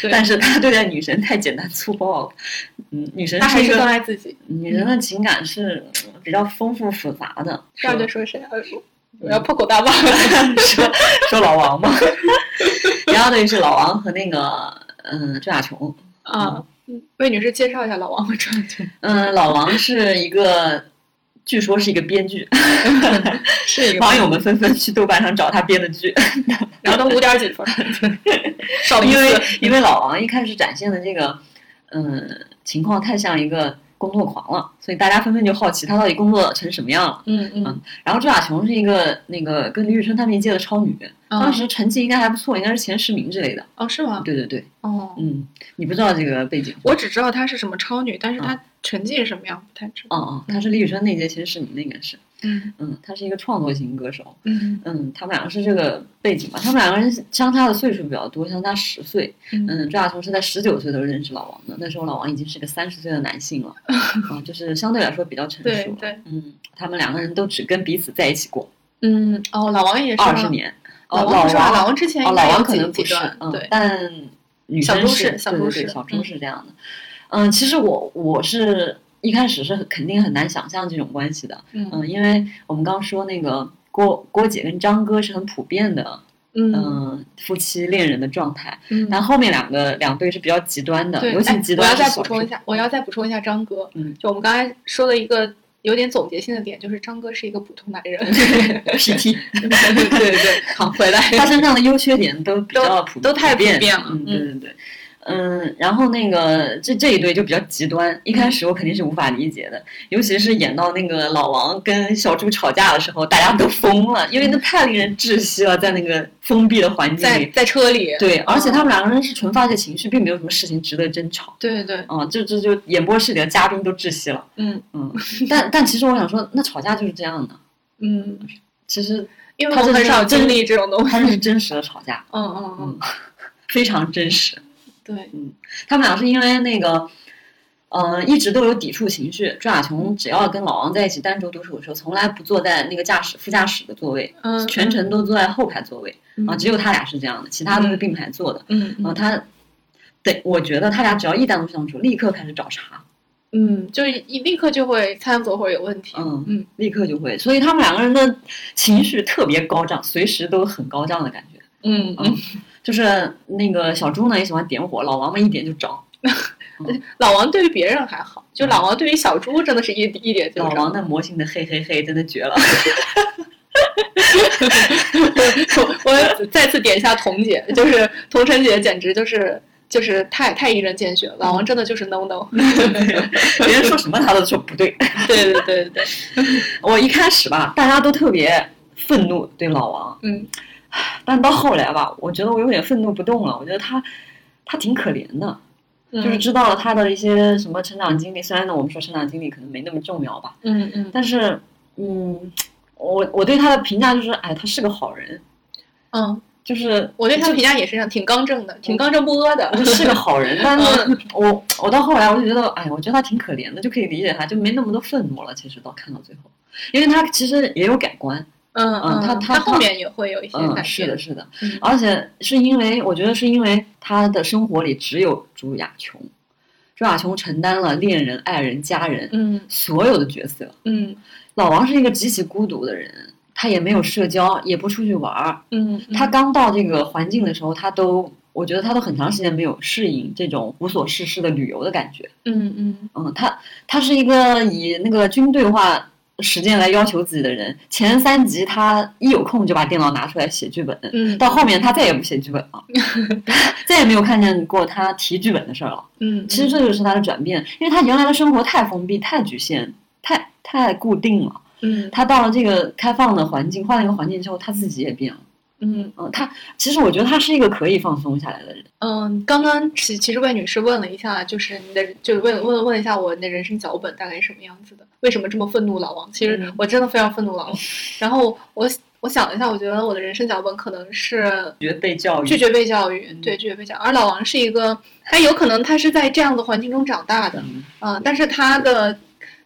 B: 对
A: 但是她对待女神太简单粗暴了。嗯，女神
B: 他还
A: 一
B: 是更
A: 个
B: 爱自己。
A: 女神的情感是嗯比较丰富复杂的。
B: 这样
A: 说
B: 就说谁？呃我我要破口大骂。
A: 说 (laughs) 说老王嘛，然后等于是老王和那个嗯朱亚琼，
B: 啊，嗯为女士介绍一下老王和庄
A: (laughs)
B: 俊，
A: 嗯，老王是一个，据说是一个编剧，
B: 是
A: 网友们纷纷去豆瓣上找他编的剧。
B: 然后都五点几分，
A: (laughs)
B: 少
A: 因为因为老王一开始展现的这个，嗯，情况太像一个工作狂了，所以大家纷纷就好奇他到底工作成什么样了。
B: 嗯嗯，
A: 然后朱亚琼是一个那个跟李宇春他们一届的超女，当时成绩应该还不错，应该是前十名之类的。
B: 哦是吗？
A: 对对对，
B: 哦，
A: 嗯，你不知道这个背景。
B: 我只知道她是什么超女，
A: 嗯
B: 但是她成绩是什么样不太知道。
A: 哦哦，她是李宇春那届前十名的，应该是，
B: 嗯
A: 嗯，她是一个创作型歌手，
B: 嗯
A: 嗯，他们两个是这个背景吧，他们两个人相差的岁数比较多，相差十岁，
B: 嗯
A: 嗯，朱亚琼是在十九岁的时候认识老王的，那时候老王已经是个三十岁的男
B: (laughs)
A: 性了，啊，就是相对来说比较成
B: 对
A: 熟了。
B: 对，
A: 嗯，他们两个人都只跟彼此在一起过
B: 嗯哦，老王也是
A: 二十，年。哦，
B: 老
A: 老
B: 王是吧？老
A: 王，
B: 王之前
A: 哦，
B: 应
A: 老
B: 该有
A: 王可
B: 几
A: 能
B: 几
A: 不是
B: 段，
A: 嗯
B: 对，
A: 但女
B: 小
A: 生
B: 猪
A: 是
B: 是小
A: 对
B: 猪
A: 对对
B: 是
A: 小猪
B: 嗯
A: 是这样的。嗯，其实我我是一开始是很肯定很难想象这种关系的，
B: 嗯
A: 嗯，因为我们刚说那个郭郭姐跟张哥是很普遍的，
B: 嗯
A: 嗯，夫妻恋人的状态，
B: 嗯
A: 但后面两个两对是比较极端的，
B: 对，
A: 尤其
B: 哎
A: 极
B: 我
A: 端
B: 要
A: 是
B: 再
A: 少
B: 补充
A: 数
B: 一下，我要再补充一下张哥。
A: 嗯
B: 就我们刚才说的一个有点总结性的点，就是张哥是一个普通男
A: (laughs)
B: 人。
A: PT，
B: 对 (laughs) 对对，
A: 好
B: 回来。
A: (laughs) 他身上的优缺点都比较普
B: 都太普
A: 遍
B: 遍了
A: 嗯，对
B: 嗯
A: 对对。嗯，然后那个这这一对就比较极端，一开始我肯定是无法理解的，尤其是演到那个老王跟小猪吵架的时候，大家都疯了，因为那太令人窒息了，在那个封闭的环境
B: 在
A: 里。
B: 在车里。
A: 对，而且他们两个人是纯发泄情绪，并没有什么事情值得争吵。
B: 对对，
A: 啊、这这就演播室里的嘉宾都窒息了。
B: 嗯 (laughs)
A: 嗯，但但其实我想说，那吵架就是这样的，
B: 嗯，
A: 其实
B: 因为
A: 他
B: 我
A: 这
B: 很
A: 是
B: 少
A: 真
B: 经历这种东西。
A: 它就是真实的吵架，
B: 嗯嗯嗯，
A: 非常真实。
B: 对，
A: 他们俩是因为那个，呃，一直都有抵触情绪。朱亚琼只要跟老王在一起单独独处的时候，从来不坐在那个驾驶副驾驶的座位，
B: 嗯，
A: 全程都坐在后排座位
B: 嗯
A: 啊，只有啊他俩是这样的，其他都是并排坐的。
B: 嗯
A: 然后
B: 嗯
A: 他，对，我觉得他俩只要一单独相处，立刻开始找茬，
B: 嗯，就是一立刻就会餐左会有问题。
A: 嗯
B: 嗯
A: 立刻就会，所以他们两个人的情绪特别高涨，随时都很高涨的感觉。
B: 嗯嗯，
A: 就是那个小猪呢也喜欢点火，老王嘛一点就着。
B: 老王对于别人还好，就老王对于小猪真的是一一点就
A: 嗯老
B: 着
A: 王那魔性的嘿嘿嘿真的绝了。 (laughs)
B: 我我再次点一下童姐，就是童晨姐，简直就是就是太太一针见血。老王真的就是 no no，
A: 嗯别人说什么他都说不对。
B: (laughs)
A: (laughs)
B: 对对对对，
A: 我一开始吧，大家都特别愤怒对老王，
B: 嗯
A: 但到后来吧，我觉得我有点愤怒不动了。我觉得他他挺可怜的， (laughs)
B: 嗯
A: 就是知道了他的一些什么成长经历。虽然呢，我们说成长经历可能没那么重要吧，
B: 嗯嗯
A: 但是嗯，我我对他的评价就是，哎，他是个好人，
B: 嗯，
A: 就是嗯
B: 我对他的评价也是这样，挺刚正的，挺刚正不阿的。
A: 是个好 (laughs) 人。但是我我到后来我就觉得，哎，我觉得他挺可怜的，就可以理解他，就没那么多愤怒了。其实到看到最后，因为他其实也有改观。
B: 嗯
A: 嗯他他
B: 他后面也会有一些改
A: 嗯，
B: 变。
A: 是的，，是的，
B: 嗯
A: 而且是因为我觉得是因为他的生活里只有朱亚琼，朱亚琼承担了恋人、爱人、家人
B: 嗯
A: 所有的角色。
B: 嗯
A: 老王是一个极其孤独的人，他也没有社交，也不出去玩儿。
B: 嗯，
A: 他刚到这个环境的时候，他都我觉得他都很长时间没有适应这种无所事事的旅游的感觉。
B: 嗯嗯
A: 嗯，他他是一个以那个军队化。时间来要求自己的人，前三集他一有空就把电脑拿出来写剧本，
B: 嗯
A: (laughs) 到后面他再也不写剧本
B: (laughs)
A: 了，再也没有看见过他提剧本的事儿了。
B: 嗯，
A: 其实这就是他的转变，因为他原来的生活太封闭、太局限、太太固定了。
B: 嗯
A: 他到了这个开放的环境，换了一个环境之后，他自己也变了。
B: 嗯
A: 嗯，他其实我觉得他是一个可以放松下来的人。
B: 嗯，刚刚其其实魏女士问了一下，就是你的人就是问问问一下我你的人生脚本大概是什么样子的？为什么这么愤怒老王？其实
A: 嗯
B: 我真的非常愤怒老王。然后我我想了一下，我觉得我的人生脚本可能是
A: 觉得被教育
B: 拒绝被教育，
A: 嗯
B: 对拒绝被教育。而老王是一个，他有可能他是在这样的环境中长大的，
A: 嗯
B: 啊、但是他的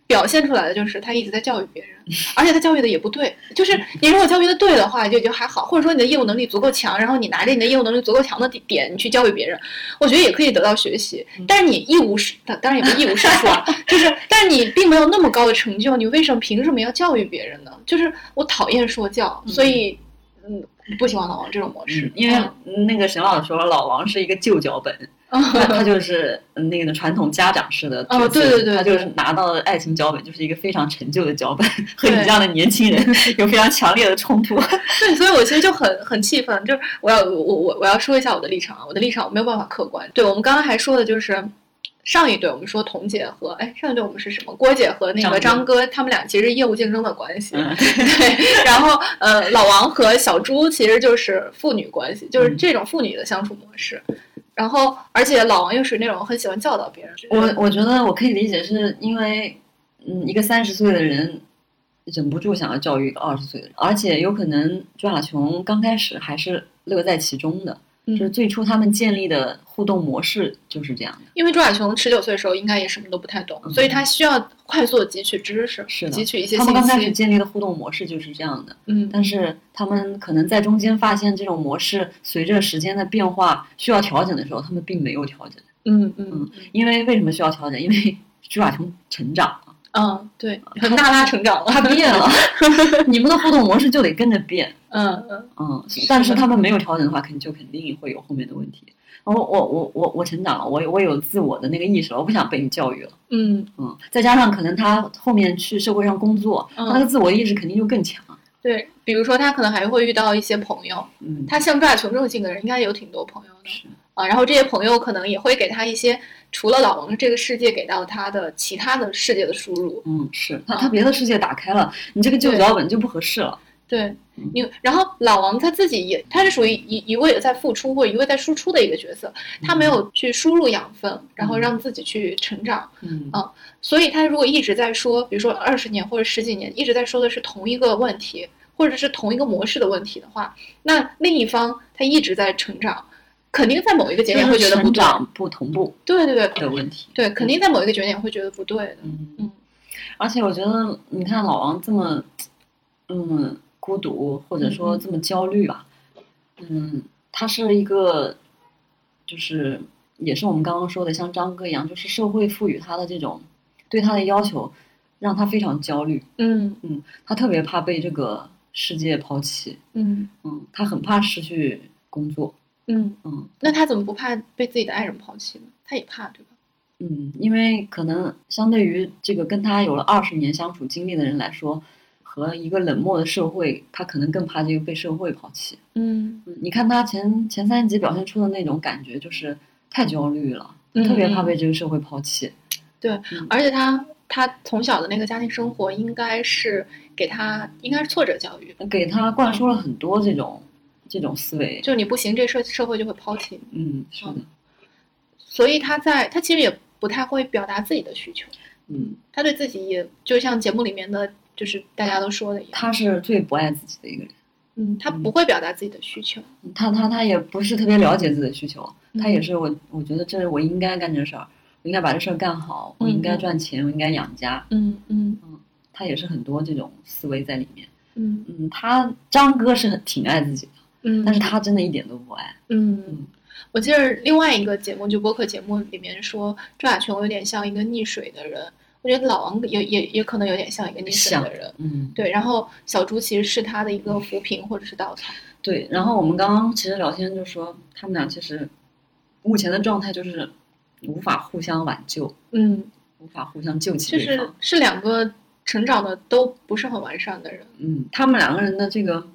B: 表现出来的就是他一直在教育别
A: (laughs)
B: 人，而且他教育的也不对。就是你如果教育的对的话，就就还好，或者说你的业务能力足够强，然后你拿着你的业务能力足够强的点点，你去教育别人，我觉得也可以得到学习
A: 嗯。
B: 但是你一无是，当当然也不是一无是处啊， (laughs) 就是，但是你并没有那么高的成就，你为什么凭什么要教育别人呢？就是我讨厌说教，所以嗯，不喜欢老王这种模式
A: 嗯，，因为那个沈老师说老王是一个旧脚 (laughs) 本，他他就是那个传统家长式的角色，
B: 哦对对对
A: 他就是拿到了爱情脚本，就是一个非常陈旧的脚本，和你这样的年轻 (laughs) 人有非常强烈的冲突。
B: (laughs) 对，所以我其实就很很气愤，就是我要我我我要说一下我的立场啊，我的立场我没有办法客观。对我们刚刚还说的就是。上一对我们说童姐和哎，上一对我们是什么？郭姐和那个
A: 张
B: 张哥，他们俩其实是业务竞争的关系。
A: 嗯
B: (laughs) 对，然后呃，老王和小猪其实就是父女关系，就是
A: 嗯
B: 这种父女的相处模式。然后，而且老王又是那种很喜欢教导别人。
A: 我我觉得我可以理解，是因为嗯，一个三十岁的人忍不住想要教育一个二十岁的人，而且有可能朱亚琼刚开始还是乐在其中的，
B: 嗯
A: 就是最初他们建立的互动模式就是这样的。
B: 因为朱亚琼十九岁的时候应该也什么都不太懂，
A: 嗯
B: 所以他需要快速地汲取知识，
A: 是的
B: 汲取一些
A: 他
B: 信
A: 们刚开始
B: 息。
A: 建立的互动模式就是这样的，
B: 嗯，
A: 但是他们可能在中间发现这种模式随着时间的变化需要调整的时候，他们并没有调整。
B: 嗯嗯
A: 因为为什么需要调整？因为 (laughs) 徐法成成长了，
B: 嗯，对，很大拉成长了，
A: 他变了， (laughs) 你们的互动模式就得跟着变。
B: (laughs) 嗯嗯
A: 嗯
B: 是，
A: 但
B: 的
A: 是他们没有调整的话，肯就肯定会有后面的问题。我我我我我成长了，我有我有自我的那个意识了，我不想被你教育了。
B: 嗯，
A: 嗯，再加上可能他后面去社会上工作，
B: 嗯
A: 他的自我意识肯定就更强。
B: 对，比如说他可能还会遇到一些朋友，
A: 嗯，
B: 他像赵小琼这种性格的人，应该有挺多朋友的
A: 是
B: 啊。然后这些朋友可能也会给他一些除了老王这个世界给到他的其他的世界的输入。
A: 嗯是，他
B: 啊
A: 他别的世界打开了，你这个旧
B: 对
A: 脚本就不合适了。
B: 对
A: 嗯
B: 你，然后老王他自己也，他是属于一一味在付出或一味在输出的一个角色，他没有去输入养分，然后让自己去成长。
A: 嗯
B: 啊所以他如果一直在说，比如说二十年或者十几年，一直在说的是同一个问题，或者是同一个模式的问题的话，那另一方他一直在成长，肯定在某一个节点会觉得不
A: 成
B: 对。
A: 长不同步
B: 对对对
A: 的问题。
B: 对，肯定在某一个节点会觉得不对的。
A: 嗯
B: 嗯
A: 而且我觉得，你看老王这么，嗯，孤独或者说
B: 嗯嗯
A: 这么焦虑吧，嗯，他是一个，就是也是我们刚刚说的，像张哥一样，就是社会赋予他的这种对他的要求，让他非常焦虑，
B: 嗯
A: 他特别怕被这个世界抛弃，
B: 嗯
A: 嗯，他很怕失去工作，
B: 嗯，
A: 嗯
B: 那他怎么不怕被自己的爱人抛弃呢？他也怕，对吧？
A: 嗯，因为可能相对于这个跟他有了二十年相处经历的人来说。和一个冷漠的社会，他可能更怕这个被社会抛弃。
B: 嗯
A: 嗯你看他前前三集表现出的那种感觉，就是太焦虑了，
B: 嗯
A: 特别怕
B: 嗯
A: 被这个社会抛弃。
B: 对
A: 嗯，
B: 而且他他从小的那个家庭生活应该是给他应该是挫折教育，
A: 给他灌输了很多这种这种思维。
B: 就你不行，这社社会就会抛弃你。
A: 嗯，是的，
B: 所以他在他其实也不太会表达自己的需求，
A: 嗯，
B: 他对自己也就像节目里面的，就是大家都说的一样，
A: 他是最不爱自己的一个人。
B: 嗯，他不会表达自己的需求，
A: 他他他也不是特别了解自己的需求，他也
B: 嗯
A: 是我我觉得这是我应该干这事儿，我应该把这事儿干好，我应该
B: 嗯嗯
A: 赚钱，我应该养家。
B: 嗯嗯
A: 他也是很多这种思维在里面。
B: 嗯
A: 嗯，他张哥是很挺爱自己的，
B: 嗯，
A: 但是他真的一点都不爱。
B: 嗯，我记得另外一个节目，就播客节目里面说赵雅琼有点像一个溺水的人，我觉得老王也也也可能有点像一个溺水
A: 像
B: 的人，
A: 嗯，
B: 对，然后小猪其实是他的一个扶贫或者是稻草，
A: 对，然后我们刚刚其实聊天就说，他们俩其实目前的状态就是无法互相挽救，
B: 嗯，
A: 无法互相救起
B: 就
A: 对方。
B: 是是两个成长的都不是很完善的人，
A: 嗯，他们两个人的这个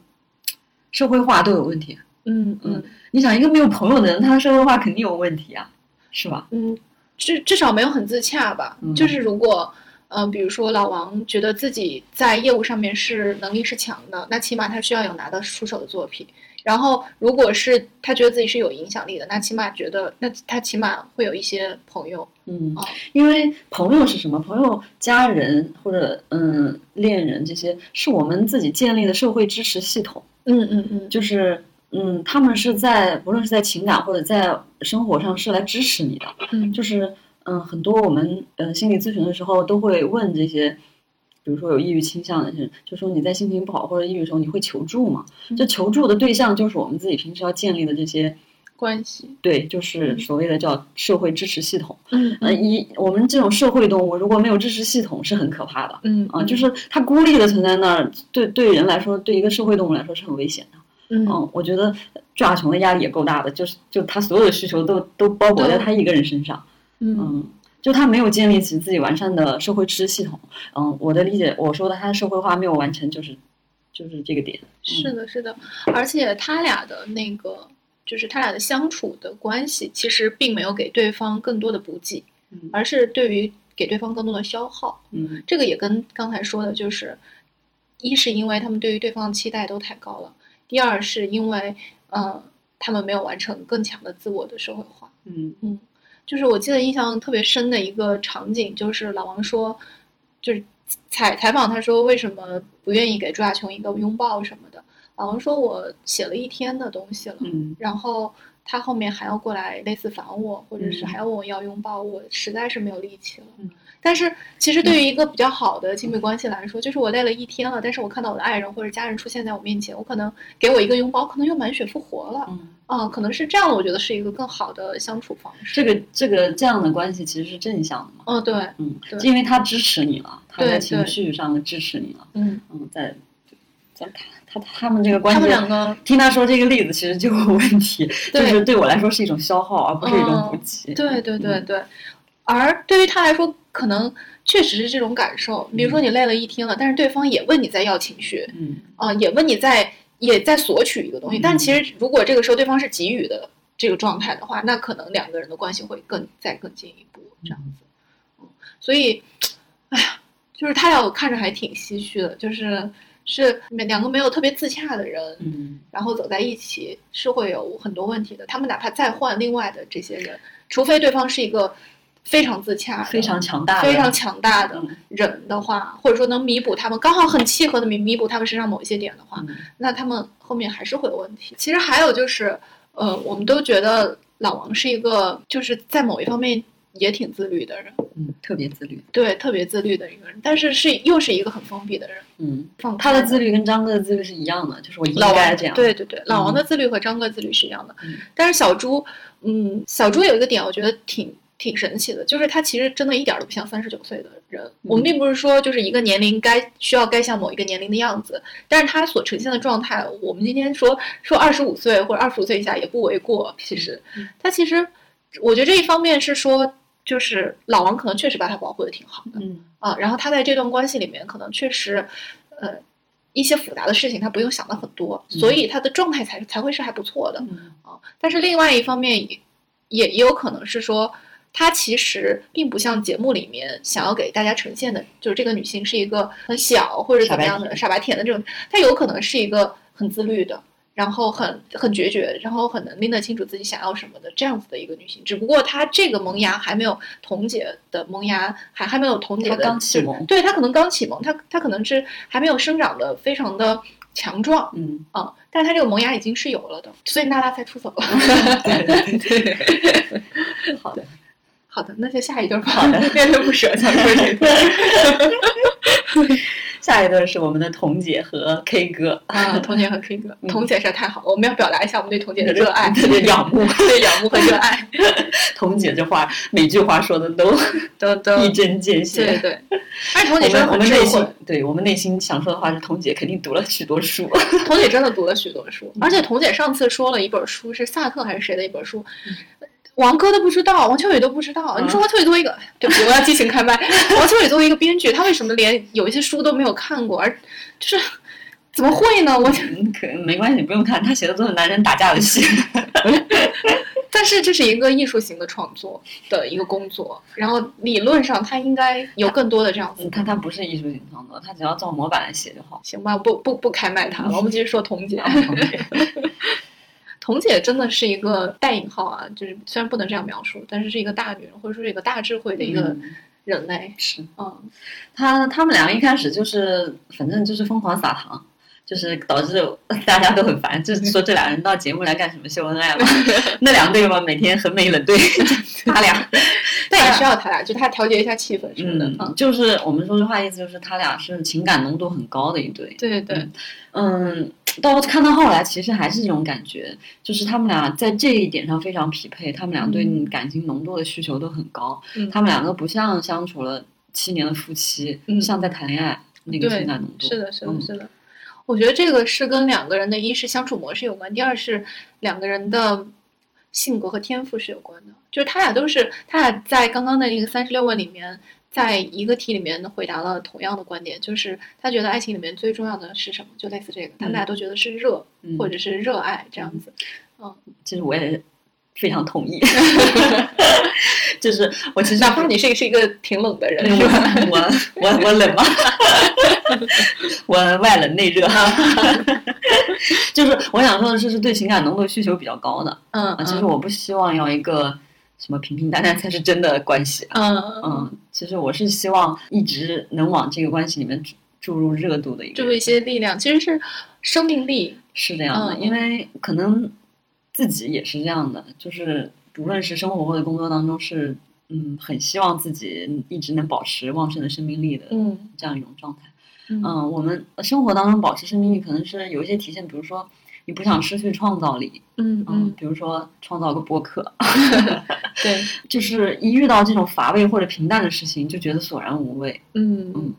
A: 社会化都有问题。
B: 嗯嗯。
A: 你想，一个没有朋友的人，他的社会化肯定有问题啊，是吧？
B: 嗯，至至少没有很自洽吧。
A: 嗯
B: 就是如果，嗯、比如说老王觉得自己在业务上面是能力是强的，那起码他需要有拿得出手的作品。然后，如果是他觉得自己是有影响力的，那起码觉得，那他起码会有一些朋友。
A: 嗯
B: 哦，
A: 因为朋友是什么？朋友、家人或者嗯恋人这些，是我们自己建立的社会支持系统。
B: 嗯嗯嗯，
A: 就是嗯，他们是在不论是在情感或者在生活上是来支持你的。
B: 嗯
A: 就是嗯、呃很多我们嗯、呃心理咨询的时候都会问这些，比如说有抑郁倾向的人，就说你在心情不好或者抑郁的时候，你会求助吗？这
B: 嗯
A: 求助的对象就是我们自己平时要建立的这些，
B: 关系。
A: 对，就是所谓的叫社会支持系统。
B: 嗯
A: 呃，一我们这种社会动物如果没有支持系统是很可怕的。
B: 嗯
A: 啊，就是它孤立的存在那儿，对对人来说，对一个社会动物来说是很危险的。
B: 嗯
A: 嗯，我觉得抓熊的压力也够大的，就是就他所有的需求都都包裹在他一个人身上。
B: 嗯
A: 嗯，就他没有建立起自己完善的社会支持系统。嗯，我的理解，我说的他的社会化没有完成，就是就是这个点。
B: 是的，是的，而且他俩的那个，就是他俩的相处的关系，其实并没有给对方更多的补给，
A: 嗯
B: 而是对于给对方更多的消耗。
A: 嗯
B: 这个也跟刚才说的，就是一是因为他们对于对方的期待都太高了，第二是因为呃，他们没有完成更强的自我的社会化。
A: 嗯
B: 就是我记得印象特别深的一个场景，就是老王说，就是采采访他说为什么不愿意给朱亚琼一个拥抱什么的。老王说我写了一天的东西了，
A: 嗯
B: 然后他后面还要过来类似烦我，或者是
A: 嗯
B: 还要问我要拥抱，我实在是没有力气了。
A: 嗯
B: 但是其实对于一个比较好的亲密关系来说，就是我累了一天了，但是我看到我的爱人或者家人出现在我面前，我可能给我一个拥抱，可能又满血复活了。
A: 嗯，
B: 啊，可能是这样的，我觉得是一个更好的相处方式。
A: 这个这个这样的关系其实是正向的嘛，
B: 哦，对，
A: 嗯
B: 对，
A: 因为他支持你了，他
B: 对
A: 在
B: 对
A: 情绪上的支持你了，
B: 嗯，
A: 嗯，在咱他他他们这个关
B: 他
A: 系
B: 们两个
A: 听他说这个例子，其实就有问题，就
B: 对嗯
A: 是对我来说是一种消耗，而不是一种补给。
B: 对对对
A: 嗯
B: 对，而对于他来说，可能确实是这种感受。比如说你累了一天了，但是对方也问你在要情绪，
A: 嗯，
B: 啊、也问你在也在索取一个东西。但
A: 嗯
B: 其实如果这个时候对方是给予的这个状态的话，那可能两个人的关系会更再更进一步这样子。嗯，所以，哎呀，就是他俩我看着还挺唏嘘的，就是是两个没有特别自洽的人，
A: 嗯，
B: 然后走在一起是会有很多问题的。他们哪怕再换另外的这些人，除非对方是一个非常自洽的、
A: 非常强大的，
B: 嗯非常强大的
A: 嗯
B: 人的话，或者说能弥补他们刚好很契合的弥弥补他们身上某一些点的话，
A: 嗯
B: 那他们后面还是会有问题。其实还有就是，呃，我们都觉得老王是一个就是在某一方面也挺自律的人，
A: 嗯，特别自律。
B: 对，特别自律的一个人，但是是又是一个很封闭的人。
A: 嗯，
B: 放
A: 他的
B: 开
A: 自律跟张哥的自律是一样的，就是我应
B: 老
A: 该
B: 王
A: 这样。
B: 对对对，老王
A: 嗯
B: 的自律和张哥自律是一样的，
A: 嗯
B: 但是小猪，嗯，小猪有一个点，我觉得挺挺神奇的，就是他其实真的一点儿都不像三十九岁的人。
A: 嗯
B: 我们并不是说就是一个年龄该需要该像某一个年龄的样子，但是他所呈现的状态，我们今天说说二十五岁或者二十五岁以下也不为过。其实
A: 嗯
B: 他其实，我觉得这一方面是说，就是老王可能确实把他保护的挺好的，
A: 嗯，
B: 啊，然后他在这段关系里面可能确实，呃，一些复杂的事情他不用想的很多，所以他的状态才才会是还不错的
A: 嗯
B: 啊。但是另外一方面也也也有可能是说，她其实并不像节目里面想要给大家呈现的，就是这个女性是一个很小或者
A: 傻
B: 怎
A: 白
B: 么样的傻白甜的这种，她有可能是一个很自律的。然后很很决绝，然后很能拎得清楚自己想要什么的这样子的一个女性，只不过她这个萌芽还没有童姐的萌芽，还还没有童姐
A: 她
B: 的
A: 刚启
B: 就是
A: 蒙
B: 对她可能刚启蒙，她她可能是还没有生长的非常的强壮，
A: 嗯，
B: 啊，但是他这个萌芽已经是有了的，所以娜拉才出走了。 (laughs)
A: 对对对， (laughs) 好的，
B: 好的，那就下一对吧。
A: 好的
B: 恋恋不舍，想说
A: (laughs)
B: 这个
A: 下一对是我们的童姐和 K 哥，
B: 啊，童姐和 K 哥，
A: 嗯、
B: 童姐实在太好了，我们要表达一下我们对童姐的热爱
A: 特别仰慕。
B: (laughs) 对仰慕和热爱，
A: 童姐这话每句话说的 (laughs) 都
B: 都都
A: 一针见血。
B: 嗯对对。而且童
A: 我
B: 姐真
A: 们
B: 的
A: 我
B: 很
A: 们
B: 智
A: 内
B: 慧
A: 心，，对我们内心想说的话是，童姐肯定读了许多书。 (laughs)
B: (laughs) 童姐真的读了许多书，而且童姐上次说了一本书是萨特还是谁的一本书。王哥都不知道，王秋雨都不知道。你说
A: 嗯
B: 王秋雨作为一个，对不起，我要激情开麦。王秋雨作为一个编剧，他为什么连有一些书都没有看过，而就是怎么会呢？我
A: 嗯，可没关系，不用看，他写的都是男人打架的 (laughs) 戏。
B: 但是这是一个艺术型的创作的一个工作，然后理论上它应该有更多的这样子。
A: 你。看他不是艺术型创作，他只要照模板来写就好
B: 行吧，不不不开麦它了，我们继续说童姐
A: 然。啊后童姐
B: (laughs) 童姐真的是一个带引号啊，就是虽然不能这样描述，但是是一个大女人，或者说是一个大智慧的一个
A: 嗯
B: 人类。
A: 是
B: 嗯，
A: 他他们两个一开始就是，反正就是疯狂撒糖。就是导致 (laughs) 大家都很烦，就是说这俩人到节目来干什么秀恩爱 (laughs) 嘛？那两对嘛，每天横眉冷嗯对，他俩
B: 但也需要他俩，就他调节一下气氛什么的。
A: 嗯，
B: 嗯，
A: 就是我们说实话，意思就是他俩是情感浓度很高的一对。
B: 对对
A: 嗯，到看到后来，其实还是这种感觉，就是他们俩在这一点上非常匹配，他们俩对
B: 嗯
A: 感情浓度的需求都很高。
B: 嗯
A: 他们两个不像相处了七年的夫妻，
B: 嗯
A: 像在谈恋爱那个
B: 对，
A: 情感浓度。
B: 是的，是的，
A: 嗯
B: 是的。我觉得这个是跟两个人的一是相处模式有关，第二是两个人的性格和天赋是有关的。就是他俩都是，他俩在刚刚的那个三十六问里面，在一个题里面回答了同样的观点，就是他觉得爱情里面最重要的是什么，就类似这个，他们俩都觉得是热、
A: 嗯
B: 或者是热爱这样子。
A: 其实我也非常同
B: (laughs)
A: 意，就是我其实
B: 哪怕你是一个是一个挺冷的人，
A: 对
B: 是
A: 我 (laughs)
B: 吧？
A: 我我我冷吗？ (laughs) 我外冷内热，
B: 啊
A: (laughs) 就是我想说的是，是对情感浓度需求比较高的
B: 嗯，
A: 啊。其实我不希望要一个什么平平淡淡才是真的关系啊。
B: 嗯嗯，
A: 嗯，其实我是希望一直能往这个关系里面注注入热度的一个
B: 注
A: 人，
B: 入一些力量，其实是生命力。
A: 是这样的，
B: 嗯
A: 因为可能自己也是这样的，就是无论是生活或者工作当中，是嗯，很希望自己一直能保持旺盛的生命力的
B: 嗯
A: 这样一种状态。
B: 嗯
A: 嗯，我们生活当中保持生命力，可能是有一些体现，比如说你不想失去创造力，
B: 嗯
A: 嗯，
B: 嗯，
A: 比如说创造个播客，
B: 对，
A: 就是一遇到这种乏味或者平淡的事情，就觉得索然无味。
B: 嗯
A: 嗯
B: 嗯。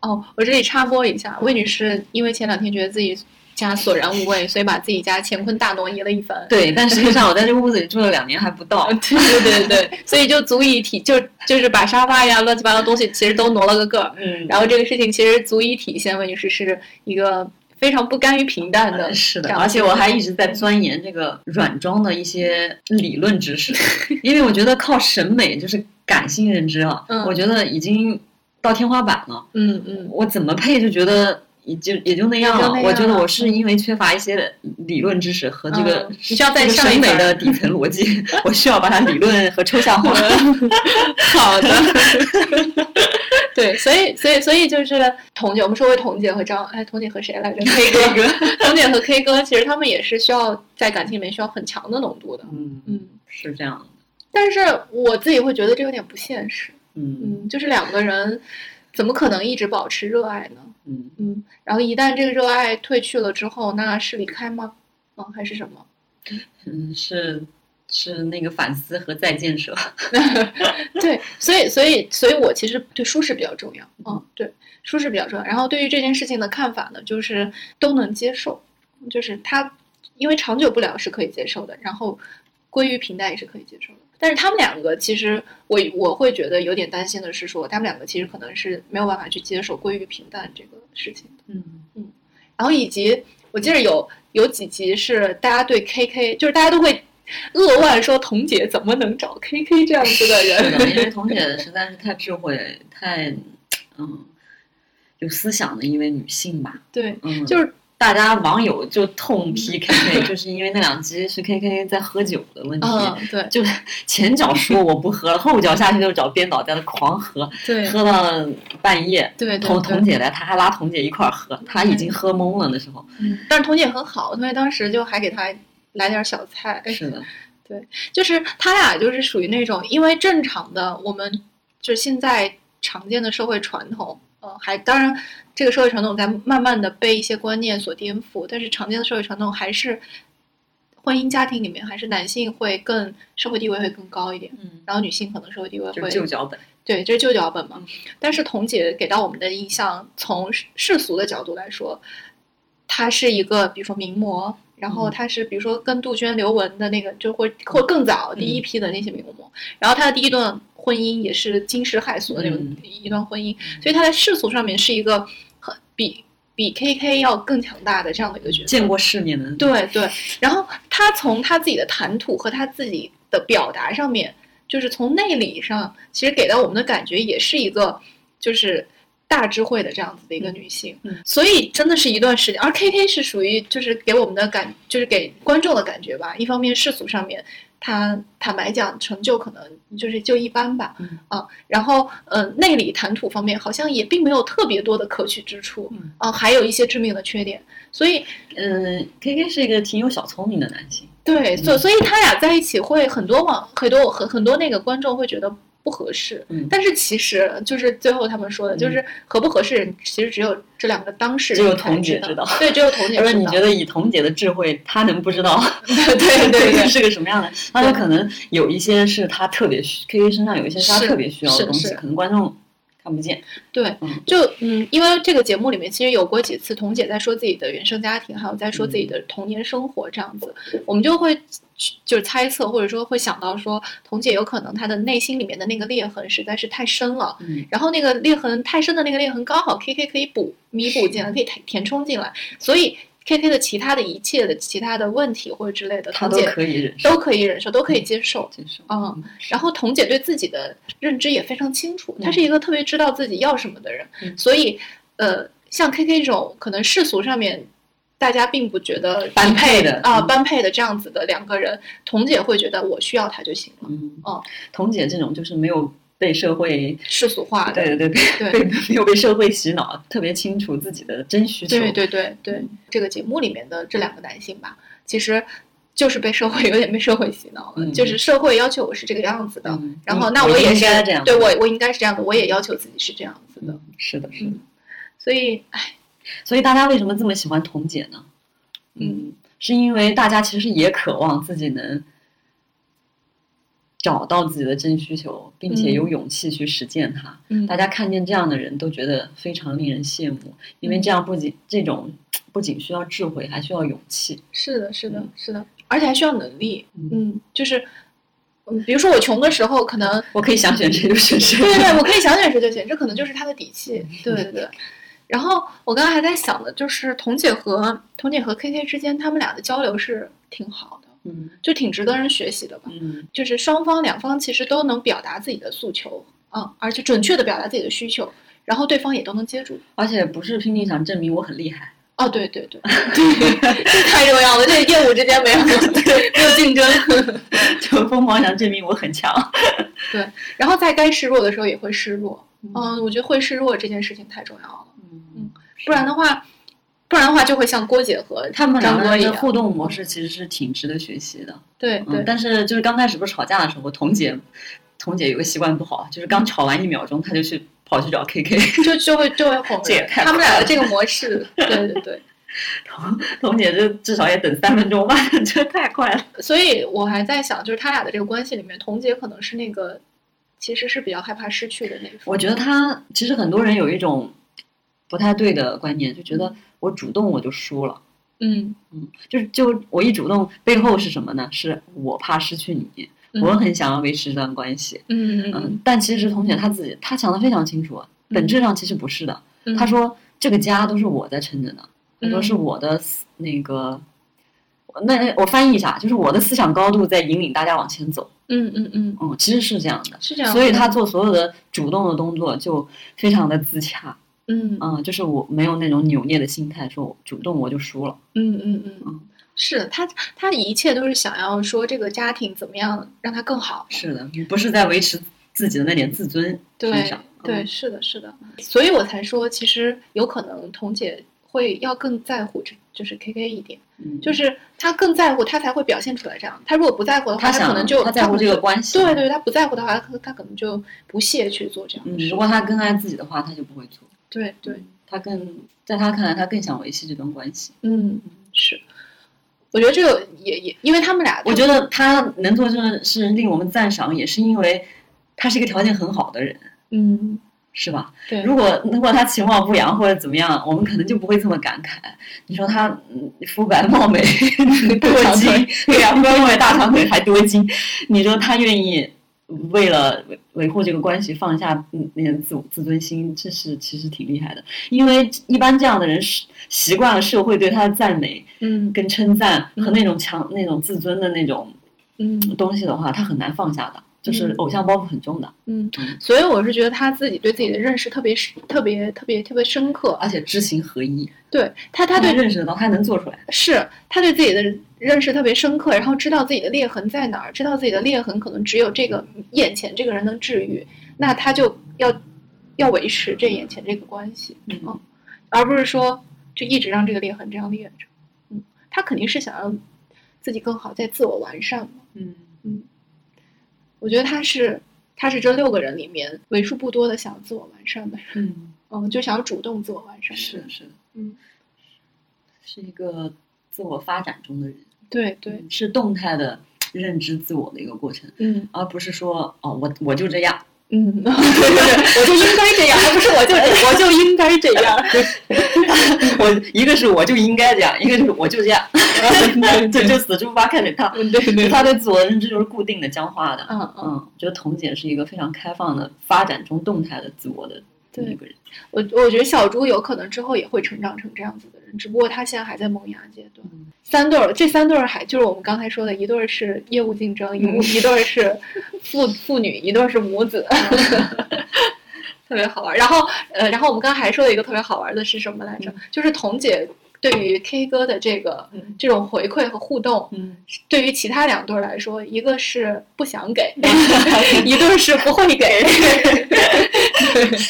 B: 哦，我这里插播一下，魏女士因为前两天觉得自己家索然无味，所以把自己家乾坤大挪移了一番。
A: 对，但实际上我在这屋子里住了两年还不到
B: 啊，。对对对对，所以就足以体就就是把沙发呀乱七八糟东西其实都挪了个个儿，
A: 嗯
B: 然后这个事情其实足以体现魏女士是一个非常不甘于平淡的，
A: 呃是
B: 这
A: 的，
B: 样
A: 而且我还一直在钻研这个软装的一些理论知识，因为我觉得靠审美就是感性认知了，
B: 嗯
A: 我觉得已经到天花板了，
B: 嗯嗯
A: 我怎么配就觉得。也就也就那样
B: 也
A: 了嗯
B: 就那样了
A: 我觉得我是因为缺乏一些理论知识和这个、
B: 嗯你需要再
A: 这个
B: 上一
A: 审美
B: 层
A: 的底层逻 (laughs) 辑，我需要把它理论和抽象 (laughs) 化。
B: 好的，对，所以所以所以就是彤姐，我们说回彤姐和张，哎，彤姐和谁
A: (laughs)
B: 来着？K 哥，彤姐和 K 哥，其实他们也是需要在感情里面需要很强的浓度的，
A: 嗯，
B: 嗯，
A: 是这样的。
B: 但是我自己会觉得这有点不现实，
A: 嗯
B: 嗯，就是两个人怎么可能一直保持热爱呢？
A: 嗯，
B: 嗯，然后一旦这个热爱褪去了之后，那是离开吗？嗯，还是什么？
A: 嗯，是是那个反思和再建设。
B: 对，所以所以所以我其实对舒适比较重要，嗯
A: 嗯，
B: 对，舒适比较重要。然后对于这件事情的看法呢，就是都能接受，就是他因为长久不了是可以接受的，然后归于平淡也是可以接受的。但是他们两个其实我我会觉得有点担心的是说，他们两个其实可能是没有办法去接受归于平淡这个事情的。
A: 嗯
B: 然后以及我记得有有几集是大家对 KK，就是大家都会 (laughs) 扼腕说童姐怎么能找 KK 这样子
A: (laughs)
B: 的
A: 是的，因为
B: 人？
A: 彤姐实在是太智慧，太嗯有思想的一位女性吧。
B: (laughs) 对，
A: 嗯，
B: 就是嗯
A: 大家网友就痛批 KK，就是因为那两集是 KK 在喝酒的问题。
B: 嗯，
A: (laughs)
B: 对
A: 就前脚说我不喝了，后脚下去就找编导在那狂喝，
B: 对
A: 喝到半夜。
B: 对对
A: 彤
B: 对嗯
A: 彤姐来，她还拉彤姐一块儿喝，她已经喝懵了。那时候
B: 嗯但是童姐很好，童姐当时就还给他来点小菜，哎
A: 是的，
B: 就是他俩就是属于那种，因为正常的我们就是现在常见的社会传统，呃，还当然这个社会传统在慢慢的被一些观念所颠覆，但是常见的社会传统还是婚姻家庭里面还是男性会更社会地位会更高一点，
A: 嗯，
B: 然后女性可能社会地位
A: 就
B: 会
A: 是旧脚本。
B: 对，这是旧脚本嘛
A: 嗯。
B: 但是童姐给到我们的印象，从世世俗的角度来说，她是一个比如说名模，然后
A: 嗯
B: 她是比如说跟杜鹃、刘雯的那个，就会或更早第一
A: 嗯
B: 批的那些名模。然后她的第一段婚姻也是惊世骇俗的那种
A: 嗯
B: 一段婚姻，所以她在世俗上面是一个很比比 KK 要更强大的这样的一个角色。
A: 见过世面的，
B: 对对，然后他从他自己的谈吐和他自己的表达上面，就是从内里上，其实给到我们的感觉也是一个就是大智慧的这样子的一个女性。
A: 嗯嗯
B: 所以真的是一段时间，而 K K 是属于就是给我们的感，就是给观众的感觉吧。一方面世俗上面，他坦白讲成就可能就是就一般吧，
A: 嗯
B: 啊，然后呃内里谈吐方面好像也并没有特别多的可取之处，
A: 嗯
B: 啊，还有一些致命的缺点，所以。
A: 嗯，K K 是一个挺有小聪明的男性，
B: 对，所
A: 嗯
B: 所以他俩在一起会很多网很多很很多那个观众会觉得不合适，
A: 嗯
B: 但是其实就是最后他们说的，
A: 嗯
B: 就是合不合适，其实只有这两个当事
A: 只有
B: 人才
A: 童姐
B: 知
A: 知道
B: 对，只有
A: (laughs)
B: 童姐
A: 要不
B: 知
A: 然你
B: 道。
A: 觉得以彤姐的智慧，她能不知
B: (laughs)
A: 道
B: 对对对对
A: 是个什么样的？那就可能有一些是她特别需，K K 身上有一些是她
B: 是
A: 特别需要
B: 是
A: 的东西，
B: 是
A: 可能观众看不见。
B: 对
A: 嗯，
B: 就嗯，因为这个节目里面其实有过几次童姐在说自己的原生家庭，还有在说
A: 嗯
B: 自己的童年生活这样子，我们就会去就是猜测或者说会想到说，童姐有可能她的内心里面的那个裂痕实在是太深了，
A: 嗯，
B: 然后那个裂痕太深的那个裂痕，刚好 K K 可以补弥补进来，可以填填充进来，所以 K K 的其他的一切的其他的问题或者之类的，
A: 她
B: 童
A: 都
B: 姐
A: 可以忍受
B: 都可以忍受，都可以接受。
A: 接受。
B: 嗯，然后童姐对自己的认知也非常清楚，她
A: 嗯
B: 是一个特别知道自己要什么的人，
A: 嗯
B: 所以呃，像 K K 这种可能世俗上面大家并不觉得
A: 般
B: 匹配
A: 配的
B: 啊、
A: 嗯
B: 般配的这样子的两个人，童姐会觉得我需要他就行了，
A: 嗯，
B: 哦，
A: 彤姐这种就是没有被社会。
B: 世俗化的，
A: 对对对，
B: 对
A: 被没有被社会洗脑，特别清楚自己的真需求。
B: 对对对对
A: 嗯，
B: 这个节目里面的这两个男性吧，其实。就是被社会有点被社会洗脑了，
A: 嗯
B: 就是社会要求我是这个样子的，
A: 嗯
B: 然后
A: 嗯
B: 那
A: 我
B: 也
A: 应
B: 是
A: 该这样
B: 对我我应该是这样的，我也要求自己是这样子的，
A: 是的，是的。
B: 嗯，所以哎
A: 所以大家为什么这么喜欢彤姐呢？
B: 嗯，
A: 是因为大家其实也渴望自己能找到自己的真需求，并且
B: 嗯
A: 有勇气去实践它。
B: 嗯
A: 大家看见这样的人都觉得非常令人羡慕，因为
B: 嗯
A: 这样不仅这种不仅需要智慧，还需要勇气。
B: 是的，是的
A: 嗯，
B: 是的，而且还需要能力，
A: 嗯
B: 嗯，就是嗯，比如说我穷的时候可能
A: 我可以想选谁就选嗯谁。
B: 对对对，我可以想选谁就选，这可能就是他的底气。对对
A: (laughs)
B: 对。然后我刚刚还在想的，就是彤姐和彤姐和 KK 之间，他们俩的交流是挺好的，
A: 嗯
B: 就挺值得人学习的吧。
A: 嗯
B: 就是双方两方其实都能表达自己的诉求啊、而且准确的表达自己的需求，然后对方也都能接住。
A: 而且不是拼命想证明我很厉害， (laughs)
B: 哦，对对对，对，这太重要了，这业务之间
A: (laughs)
B: 没有没有竞争。
A: 就疯狂想证明我很强。
B: 然后在该示弱的时候也会示弱。嗯，我觉得会示弱这件事情太重要了，
A: 嗯，
B: 不然的话，不然的话就会像郭姐和
A: 他们两
B: 张
A: 个
B: 哥一
A: 人的
B: 样。
A: 互动模式其实是挺值得学习的。
B: 对
A: 嗯，
B: 对，
A: 但是就是刚开始不是吵架的时候，彤姐，彤姐有个习惯不好，就是刚吵完一秒钟，她就去跑去找 (laughs) KK。
B: 就就会就会哄
A: 这也
B: 人。
A: 太
B: 他们
A: 快
B: 俩的
A: 了
B: 这个模
A: (laughs)
B: 式，对对对。
A: 彤彤姐这至少也等三分钟吧， (laughs) 这太快了。
B: 所以我还在想，就是他俩的这个关系里面，童姐可能是那个其实是比较害怕失去的那一方。
A: 我觉得她其实很多人有一种不太对的观念，就觉得我主动我就输了。
B: 嗯，
A: 嗯，就是就我一主动，背后是什么呢？是我怕失去你，
B: 嗯
A: 我很想要维持这段关系。
B: 嗯嗯
A: 嗯，但其实彤姐她自己她想的非常清楚，啊本质上其实不是的。
B: 嗯，
A: 她说这个家都是我在撑着呢，她说
B: 嗯
A: 是我的思那个，那我翻译一下，就是我的思想高度在引领大家往前走。
B: 嗯，嗯嗯嗯，
A: 嗯，其实是啊这样的。
B: 是这样的。
A: 所以她做所有的主动的动作就非常的自洽，
B: 嗯嗯
A: 嗯，就是我没有那种扭捏的心态，说我主动我就输了，
B: 嗯嗯嗯
A: 嗯，
B: 是他他一切都是想要说这个家庭怎么样让它更好。
A: 是的，不是在维持自己的那点自尊身
B: 对
A: 上，
B: 对，
A: 嗯，
B: 是的，是的，所以我才说，其实有可能彤姐会要更在乎这，就是 K K 一点，
A: 嗯
B: 就是她更在乎，她才会表现出来这样。她如果不在乎的话，
A: 她
B: 她
A: 想
B: 可能就
A: 她在乎
B: 可能
A: 这个
B: 就
A: 关系
B: 对对，她不在乎的话，她她可能就不屑去做这样
A: 嗯
B: 的，事
A: 如。果她更爱自己的话，她就不会做。
B: 对对，
A: 她更在她看来，她更想维系这段关系。
B: 嗯，是。我觉得这个也也，因为他们俩，
A: (laughs) 我觉得她能做这事令我们赞赏，也是因为她是一个条件很好的人，
B: 嗯，
A: 是吧？
B: 对，
A: 如果如果她其貌不扬或者怎么样，我们可能就不会这么感慨。你说她嗯肤白貌美 (laughs) 多
B: 长
A: 金
B: 腿，
A: (laughs) 对呀、不要因为大长腿还多金。你说她愿意为了维维护这个关系放下嗯那个自我自尊心，这是其实挺厉害的。因为一般这样的人是习惯了社会对她的赞美
B: 嗯
A: 跟称赞
B: 嗯
A: 和那种强那种自尊的那种
B: 嗯
A: 东西的话，他很难放下的，就是
B: 嗯
A: 偶像包袱很重的，
B: 嗯
A: 嗯，
B: 所以我是觉得他自己对自己的认识特别深特别特别特别深刻，
A: 而且知行合一，
B: 对他他
A: 他
B: 对
A: 认识得到，他能做出来。
B: 是他对自己的认识特别深刻，然后知道自己的裂痕在哪儿，知道自己的裂痕可能只有这个眼前这个人能治愈，那他就要要维持这眼前这个关系，
A: 嗯
B: 嗯，而不是说就一直让这个裂痕这样裂着，嗯，他肯定是想让自己更好，在自我完善嘛。
A: 嗯，
B: 我觉得他是他是这六个人里面为数不多的想自我完善的人，
A: 嗯，
B: 嗯，就想主动自我完善的人，
A: 是是，
B: 嗯，
A: 是一个自我发展中的人，嗯
B: 对对，，
A: 是动态的认知自我的一个过程，
B: 嗯
A: 而不是说哦，我我就这样，
B: 嗯， (laughs) 我就应该这样，而不是我就我就应该这样，嗯
A: (laughs) 我一个是我就应该这样，一个就是我就这样，这 (laughs) 就死猪八开水烫。
B: 嗯对嗯对
A: 他对自我的认知就是固定的、僵化的。
B: 嗯嗯，
A: 嗯，觉得彤姐是一个非常开放的、发展中动态的自我的这么一个人。
B: 我我觉得小猪有可能之后也会成长成这样子的人，只不过他现在还在萌芽阶段。
A: 嗯
B: 三对儿，这三对儿还就是我们刚才说的，一对儿是业务竞争，一
A: 嗯
B: 一对儿是父父女，一对儿是母 (laughs) 子，特别好玩儿。然后呃，然后我们刚才还说了一个特别好玩儿的是什么来着？
A: 嗯
B: 就是彤姐对于 K 哥的这个
A: 嗯
B: 这种回馈和互动，
A: 嗯，
B: 对于其他两对儿来说，一个是不想 (laughs) 给，一对儿是不会给。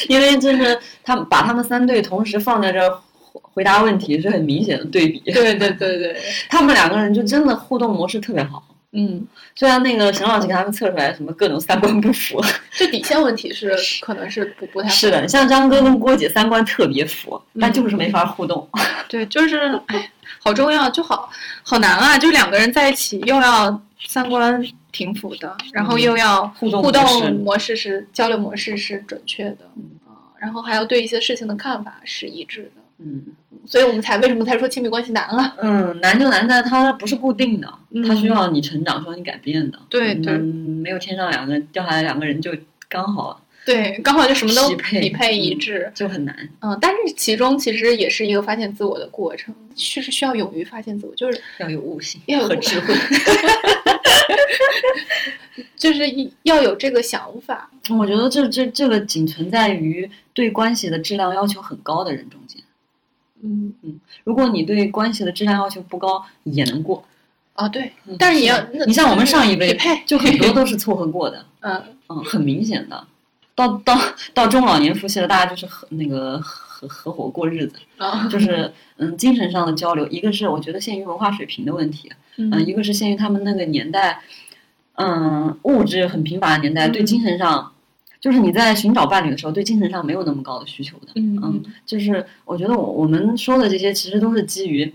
A: 因为就是他们把他们三队同时放在这儿回答问题是很明显的对比。
B: (laughs) 对对对对，
A: 他们两个人就真的互动模式特别好。
B: 嗯，
A: 虽然那个沈老师给他们测出来什么各种三观不符，
B: 这底线问题是可能是不不太
A: 是的，像张哥跟郭姐三观特别符，
B: 嗯
A: 但就是没法互动。(laughs)
B: 对，就是哎，好重要，就好好难啊！就两个人在一起，又要三观挺符的，然后又要
A: 嗯互动
B: 互
A: 模式
B: 动模式是交流模式是准确的，啊然后还有对一些事情的看法是一致的，
A: 嗯
B: 所以我们才为什么才说亲密关系难了？
A: 嗯，难就难在它不是固定的，
B: 嗯
A: 它需要你成长，需要你改变的。
B: 对对
A: 嗯，没有天上两个人掉下来两个人就刚好
B: 对，刚好就什么都
A: 匹配
B: 匹配一致，
A: 就很难。
B: 嗯，但是其中其实也是一个发现自我的过程，确实需要勇于发现自我，就是
A: 要有悟性
B: 要有
A: 和
B: 悟
A: 智
B: (laughs)
A: 慧。
B: 就是一要有这个想法，
A: 我觉得这这这个仅存在于对关系的质量要求很高的人中间。
B: 嗯，
A: 如果你对关系的质量要求不高，也能过。
B: 啊对
A: 嗯，
B: 但是你
A: 是
B: 要，那
A: 你像我们上一
B: 匹
A: 辈
B: 配，
A: 就很多都是凑合过的，
B: 嗯，
A: 嗯，很明显的。到到到中老年夫妻了，大家就是合那个合合伙过日子，
B: 啊，
A: 就是嗯精神上的交流，一个是我觉得限于文化水平的问题，嗯，
B: 嗯
A: 一个是限于他们那个年代，嗯物质很贫乏的年代，对
B: 嗯
A: 精神上，就是你在寻找伴侣的时候，对精神上没有那么高的需求的。
B: 嗯
A: 就是我觉得我我们说的这些，其实都是基于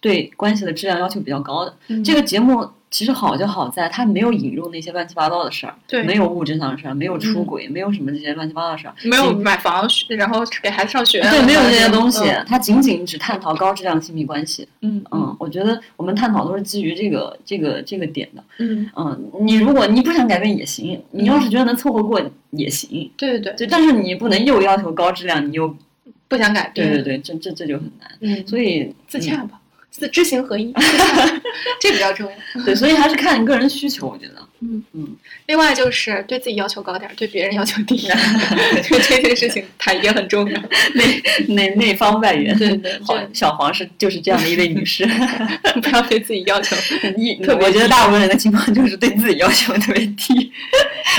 A: 对关系的质量要求比较高的。
B: 嗯，
A: 这个节目其实好就好在它没有引入那些乱七八糟的事儿，
B: 对嗯
A: 没有物质上的事儿，没有出轨，没有什么这些乱七八糟的事儿，
B: 没有买房，然后给孩子上学，
A: 嗯对，没有这些东西
B: 嗯，
A: 它仅仅只探讨高质量亲密关系。
B: 嗯嗯
A: 嗯，我觉得我们探讨都是基于这个这个这个点的。
B: 嗯，
A: 嗯，你如果你不想改变也行，你要是觉得能凑合过也行，
B: 对对对，
A: 对，但是你不能又要求高质量，你又
B: 不想改
A: 对
B: 变，
A: 对对，这这这就很难。
B: 嗯，
A: 所以
B: 自
A: 嗯
B: 洽吧，自知行合一， (laughs) 自洽这比较重
A: (laughs)
B: 要。
A: 对，所以还是看你个人需求，我觉得。
B: 另外就是对自己要求高点儿，对别人要求低点
A: (laughs)
B: 儿，就这件事情它也很重要。
A: 内内内方外圆。
B: 对对
A: 好，小黄是就是这样的一位女 (laughs) 士，
B: 对，不要对自己要求，
A: 一
B: 特别
A: 我觉得大部分人的情况就是对自己要求特别低，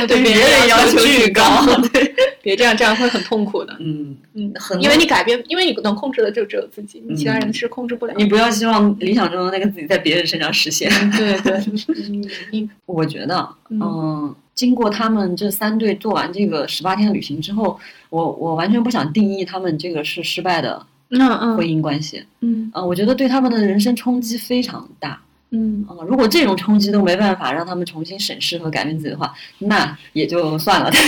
A: 别人要
B: 求
A: 巨
B: 高，
A: 对，
B: 别这样，这样会很痛苦的。
A: 嗯，
B: 嗯
A: 很，嗯
B: 因为你改变，因为你能控制的就只有自己，你其他人是控制不了。
A: 你不要希望理想中的那个自己在别人身上实现。
B: 对对，嗯你你
A: 我觉得，
B: 嗯
A: 嗯，经过他们这三队做完这个十八天的旅行之后，我我完全不想定义他们这个是失败的
B: 嗯
A: 婚
B: 嗯
A: 姻关系，
B: 嗯
A: 嗯，我觉得对他们的人生冲击非常大，
B: 嗯，
A: 嗯，如果这种冲击都没办法让他们重新审视和改变自己的话，那也就算了。 (laughs)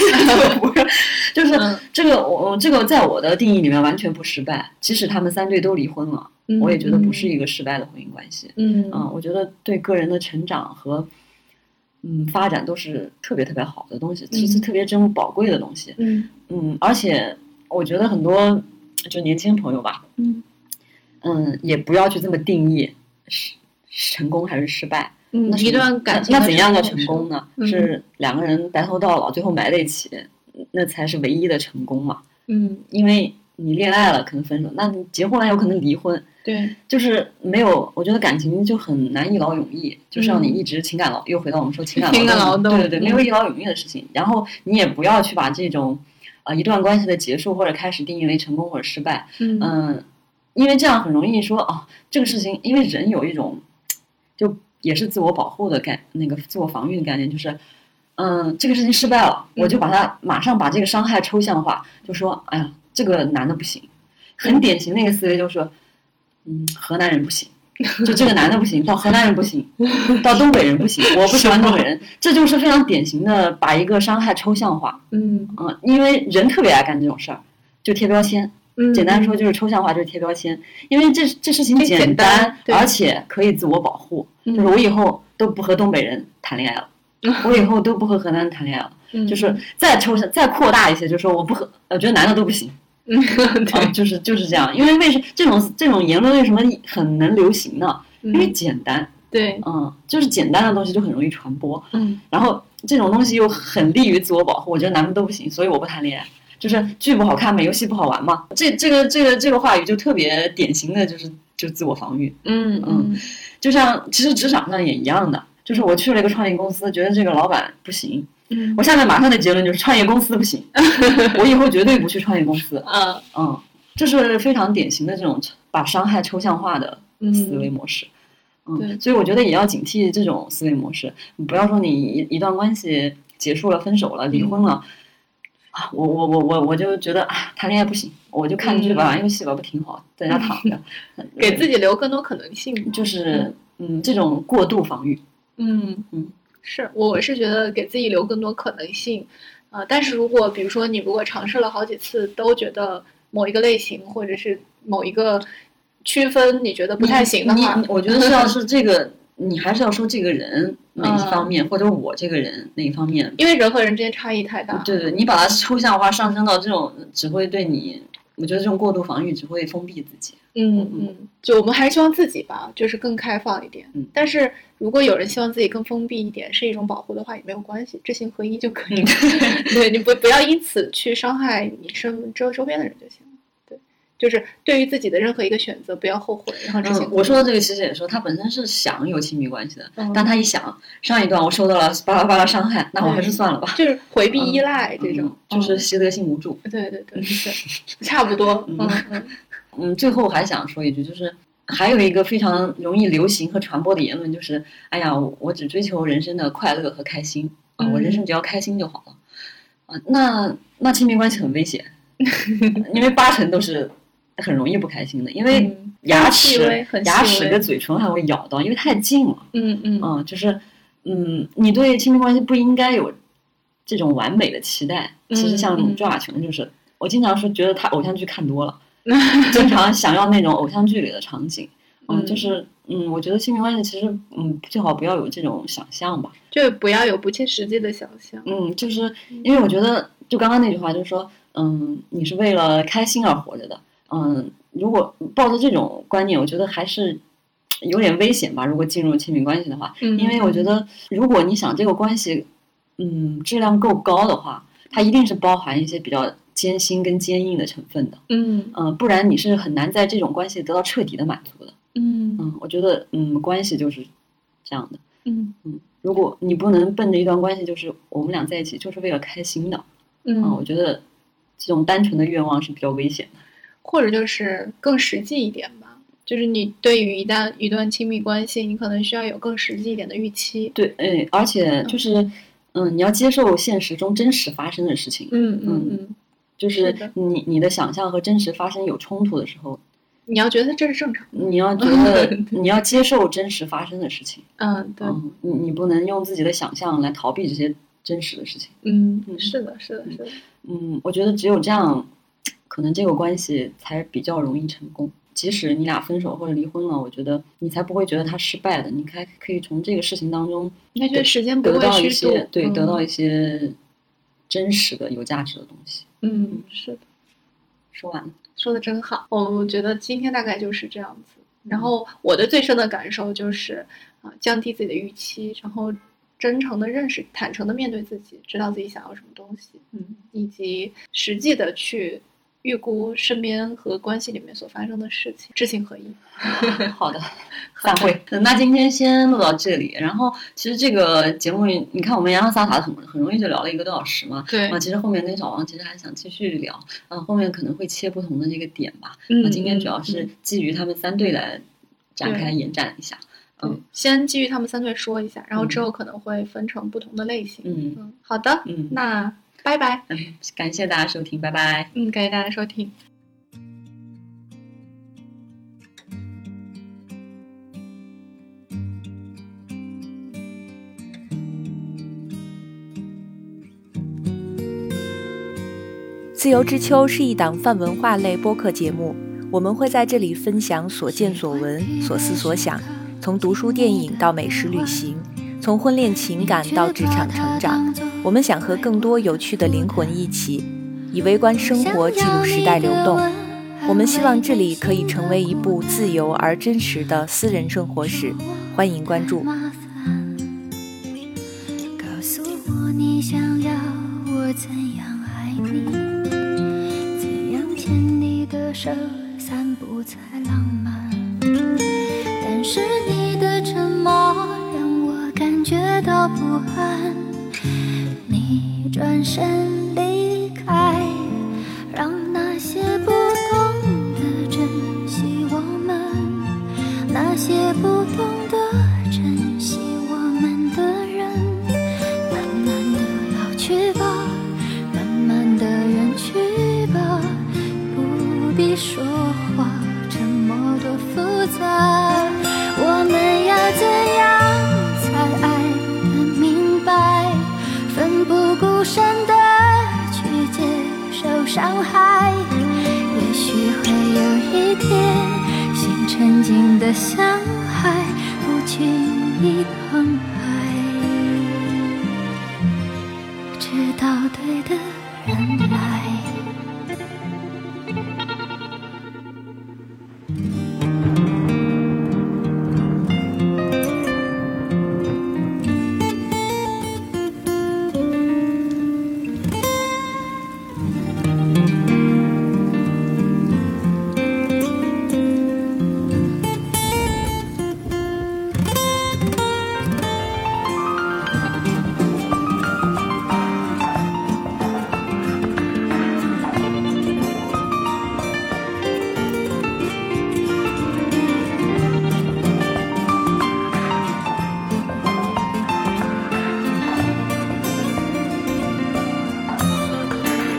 A: 就是
B: 嗯
A: 这个，我这个在我的定义里面完全不失败。即使他们三对都离婚了，嗯我也觉得不是一个失败的婚姻关系。
B: 嗯
A: 嗯，我觉得对个人的成长和嗯发展都是特别特别好的东西，这是
B: 嗯
A: 特别珍宝贵的东西。
B: 嗯
A: 嗯，而且我觉得很多就年轻朋友吧，
B: 嗯
A: 嗯，也不要去这么定义是是成功还是失败。
B: 嗯，
A: 那是
B: 一段感情
A: 那那怎样叫成功？呢？
B: 嗯
A: 是两个人白头到老，最后埋在一起，嗯那才是唯一的成功嘛。
B: 嗯，
A: 因为你恋爱了可能分手，那你结婚了有可能离婚，
B: 对，
A: 就是没有。我觉得感情就很难一劳永逸，就是让你一直情感劳，又回到我们说情感
B: 嗯情感
A: 劳
B: 劳动
A: 对对对，
B: 嗯
A: 没有一劳永逸的事情。然后你也不要去把这种啊、呃一段关系的结束或者开始定义为成功或者失败，
B: 嗯
A: 嗯，因为这样很容易说哦，这个事情，因为人有一种就也是自我保护的概那个自我防御的概念，就是嗯，这个事情失败了，我就把它马上把这个伤害抽象化，就说哎呀，这个男的不行，很典型的一个思维就是说，嗯，河南人不行。就这个男的不行，到河南人不行，到东北人不行，我不喜欢东北人，这就是非常典型的把一个伤害抽象化，
B: 嗯
A: 嗯，因为人特别爱干这种事儿，就贴标签，
B: 嗯，
A: 简单说就是抽象化，就是贴标签，因为这这事情
B: 这
A: 简
B: 简单对
A: 而且可以自我保护。
B: 嗯
A: 就是我以后都不和东北人谈恋爱
B: (laughs)
A: 了，我以后都不和河南人谈恋爱了。
B: 嗯，
A: 就是再抽象、再扩大一些，就是说我不和，我觉得男的都不
B: (laughs)
A: 行，
B: 嗯，对
A: 啊，，就是就是这样。因为为什这种这种言论为什么很能流行呢？因为
B: 嗯
A: 简单，
B: 对，
A: 嗯，就是简单的东西就很容易传播。
B: 嗯。
A: 然后这种东西又很利于自我保护，我觉得男的都不行，所以我不谈恋爱。就是剧不好看嘛，游戏不好玩嘛，这这个这个这个话语就特别典型的就是就自我防御，
B: 嗯嗯
A: 就像其实职场上也一样的，就是我去了一个创业公司，觉得这个老板不行，
B: 嗯
A: (laughs) 我下面马上的结论就是创业公司不行，我以后绝对不去创业公司，
B: 啊
A: 嗯，这是非常典型的这种把伤害抽象化的思维模式。嗯，
B: 嗯对
A: 所以我觉得也要警惕这种思维模式。你不要说你一一段关系结束了、分手了、离
B: 嗯
A: 婚了，啊，我我我我我就觉得啊，谈恋爱不行，我就看剧吧、
B: 嗯
A: 玩游戏吧，不挺好，在家躺着，
B: (laughs) 给自
A: 己
B: 己留更多可能性。
A: 就是嗯这种过度防御。
B: 嗯
A: 嗯，
B: 是我我是觉得给自己留更多可能性，呃，但是如果比如说你如果尝试了好几次都觉得某一个类型或者是某一个区分你觉得不太行的
A: 你
B: 话
A: 你，我觉得是要是这个，你还是要说这个人哪一方
B: 嗯
A: 面，或者我这个人哪一方面。
B: 因为人和人之间差异太大，
A: 对对，你把它抽象化上升到这种，只会对你，我觉得这种过度防御只会封闭自己。
B: 嗯嗯，就我们还是希望自己吧，就是更开放一点。
A: 嗯
B: 但是如果有人希望自己更封闭一点，是一种保护的话，也没有关系，知行合一就可以了。
A: 嗯
B: (laughs)
A: (laughs)
B: 对，你不不要因此去伤害你身周周边的人就行了。对，就是对于自己的任何一个选择，不要后悔，然后知
A: 嗯，
B: 行合一。
A: 我说的这个其实也说，他本身是想有亲密关系的，
B: 嗯
A: 但他一想上一段我受到了巴拉巴拉伤害，那我还是算了吧。
B: 就是回避依赖这种，
A: 嗯就是嗯
B: 嗯
A: 习得性无助。
B: 对对对，对，差
A: (laughs)
B: 不多。嗯嗯
A: 嗯，最后还想说一句，就是还有一个非常容易流行和传播的言论，就是哎呀，我我只追求人生的快乐和开心啊、我人
B: 嗯
A: 生只要开心就好了。啊、那那亲密关系很危
B: (laughs)
A: 险，因为八成都是很容易不开心的，因为
B: 嗯
A: 牙
B: 很细
A: 齿、
B: 微很
A: 牙
B: 细
A: 齿
B: 微
A: 跟嘴唇还会咬到，因为太近了。
B: 嗯嗯
A: 嗯，就是嗯，你对亲密关系不应该有这种完美的期待。其实像
B: 嗯嗯
A: 周亚琼就是，我经常是觉得她偶像剧看多
B: (laughs)
A: 了，经常想要那种偶像剧里的场景。嗯，
B: 嗯
A: 就是嗯，我觉得亲密关系其实嗯，最好不要有这种想象吧。
B: 就不要有不切实际的想象。
A: 嗯，就是因为我觉得就刚刚那句话，就是说嗯，你是为了开心而活着的。嗯，如果抱着这种观念，我觉得还是有点危险吧。如果进入亲密关系的话，
B: 嗯，
A: 因为我觉得，如果你想这个关系，嗯，质量够高的话，它一定是包含一些比较艰辛跟坚硬的成分的，
B: 嗯
A: 嗯、不然你是很难在这种关系得到彻底的满足的。
B: 嗯
A: 嗯，我觉得，嗯，关系就是这样的，
B: 嗯
A: 嗯，如果你不能奔着一段关系，就是我们俩在一起就是为了开心的，嗯，
B: 嗯
A: 我，觉得这种单纯的愿望是比较危险的。
B: 或者就是更实际一点吧。就是你对于一旦一段亲密关系，你可能需要有更实际一点的预期。
A: 对，哎，而且就是，嗯，你要接受现实中真实发生的事情，
B: 嗯
A: 嗯
B: 嗯，
A: 就是
B: 的
A: 是你你的想象和真实发生有冲突的时候，
B: 你要觉得这是正常的。
A: 你要觉得你要接受真实发生的事情，
B: 嗯， (laughs) 对，
A: 嗯，你你不能用自己的想象来逃避这些真实的事情。
B: 嗯，
A: 嗯
B: 是的，是的，是的。
A: 嗯，我觉得只有这样，可能这个关系才比较容易成功。即使你俩分手或者离婚了，我觉得你才不会觉得他失败的，你还可以从这个事情当中
B: 应该觉得时间不
A: 得
B: 会
A: 到一
B: 虚度
A: 些，对，得到
B: 嗯
A: 一些真实的、有价值的东西。
B: 嗯，是的，
A: 说完了，
B: 说的真好。我觉得今天大概就是这样子。然后我的最深的感受就是，啊、降低自己的预期，然后真诚的认识，坦诚的面对自己，知道自己想要什么东西。
A: 嗯
B: 以及实际的去预估身边和关系里面所发生的事情，知行合一。
A: 好的，散会。那今天先录到这里。然后，其实这个节目，你看我们洋洋洒洒的很很容易就聊了一个多小时嘛。
B: 对
A: 啊，其实后面跟小王其实还想继续聊，啊，后面可能会切不同的这个点吧。那、
B: 嗯
A: 今天主要是基于他们三队来展开延展一下。嗯
B: 先基于他们三队说一下，然后之
A: 嗯
B: 后可能会分成不同的类型。
A: 嗯
B: 嗯，好的，
A: 嗯，
B: 那拜拜。
A: 嗯感谢大家收听，拜拜。
B: 嗯，感谢大家收听。
C: 自由之秋是一档泛文化类播客节目，我们会在这里分享所见所闻、所思所想，从读书、电影到美食、旅行，从婚恋情感到职场成长。我们想和更多有趣的灵魂一起，以微观生活记录时代流动。我们希望这里可以成为一部自由而真实的私人生活史。欢迎关注。
D: 麻烦，告诉我你想要我怎样爱你，怎样牵你的手散步才浪漫。但是你的沉默让我感觉到不安，你转身离开，让那些不懂些不懂得珍惜我们的人，慢慢的老去吧，慢慢的远去吧，不必说话这么多复杂。我们要怎样才爱得明白？奋不顾身的去接受伤害，也许会有一天，心沉静的像海，不经意澎湃，直到对的人来。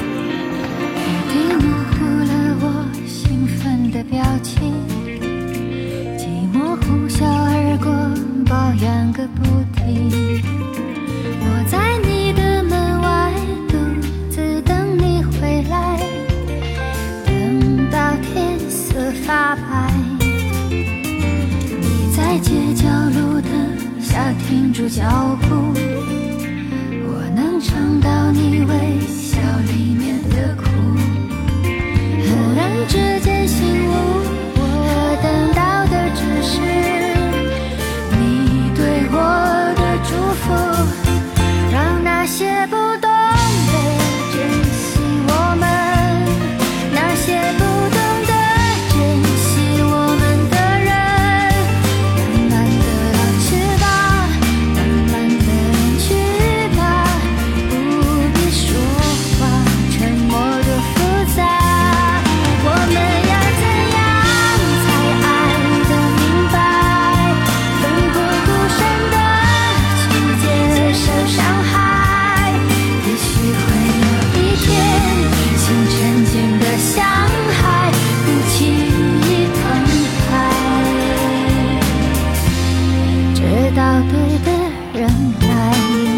D: 你模糊了我兴奋的表情，寂寞呼啸而过，抱怨个不停。我在你的门外独自等你回来，等到天色发白。你在街角路灯下停住脚步。我能尝到你微笑里面的苦，忽然之间醒悟，我等到的只是你对我的祝福，让那些不懂得珍惜我们，那些不懂得珍惜我们的人。慢慢的老去吧，慢慢的远去吧，不必说话，沉默多复杂。我们要怎样才爱得明白？奋不顾身的去接受伤害，也许会有一天，心沉静的像海，不轻易澎湃。直到对的人来。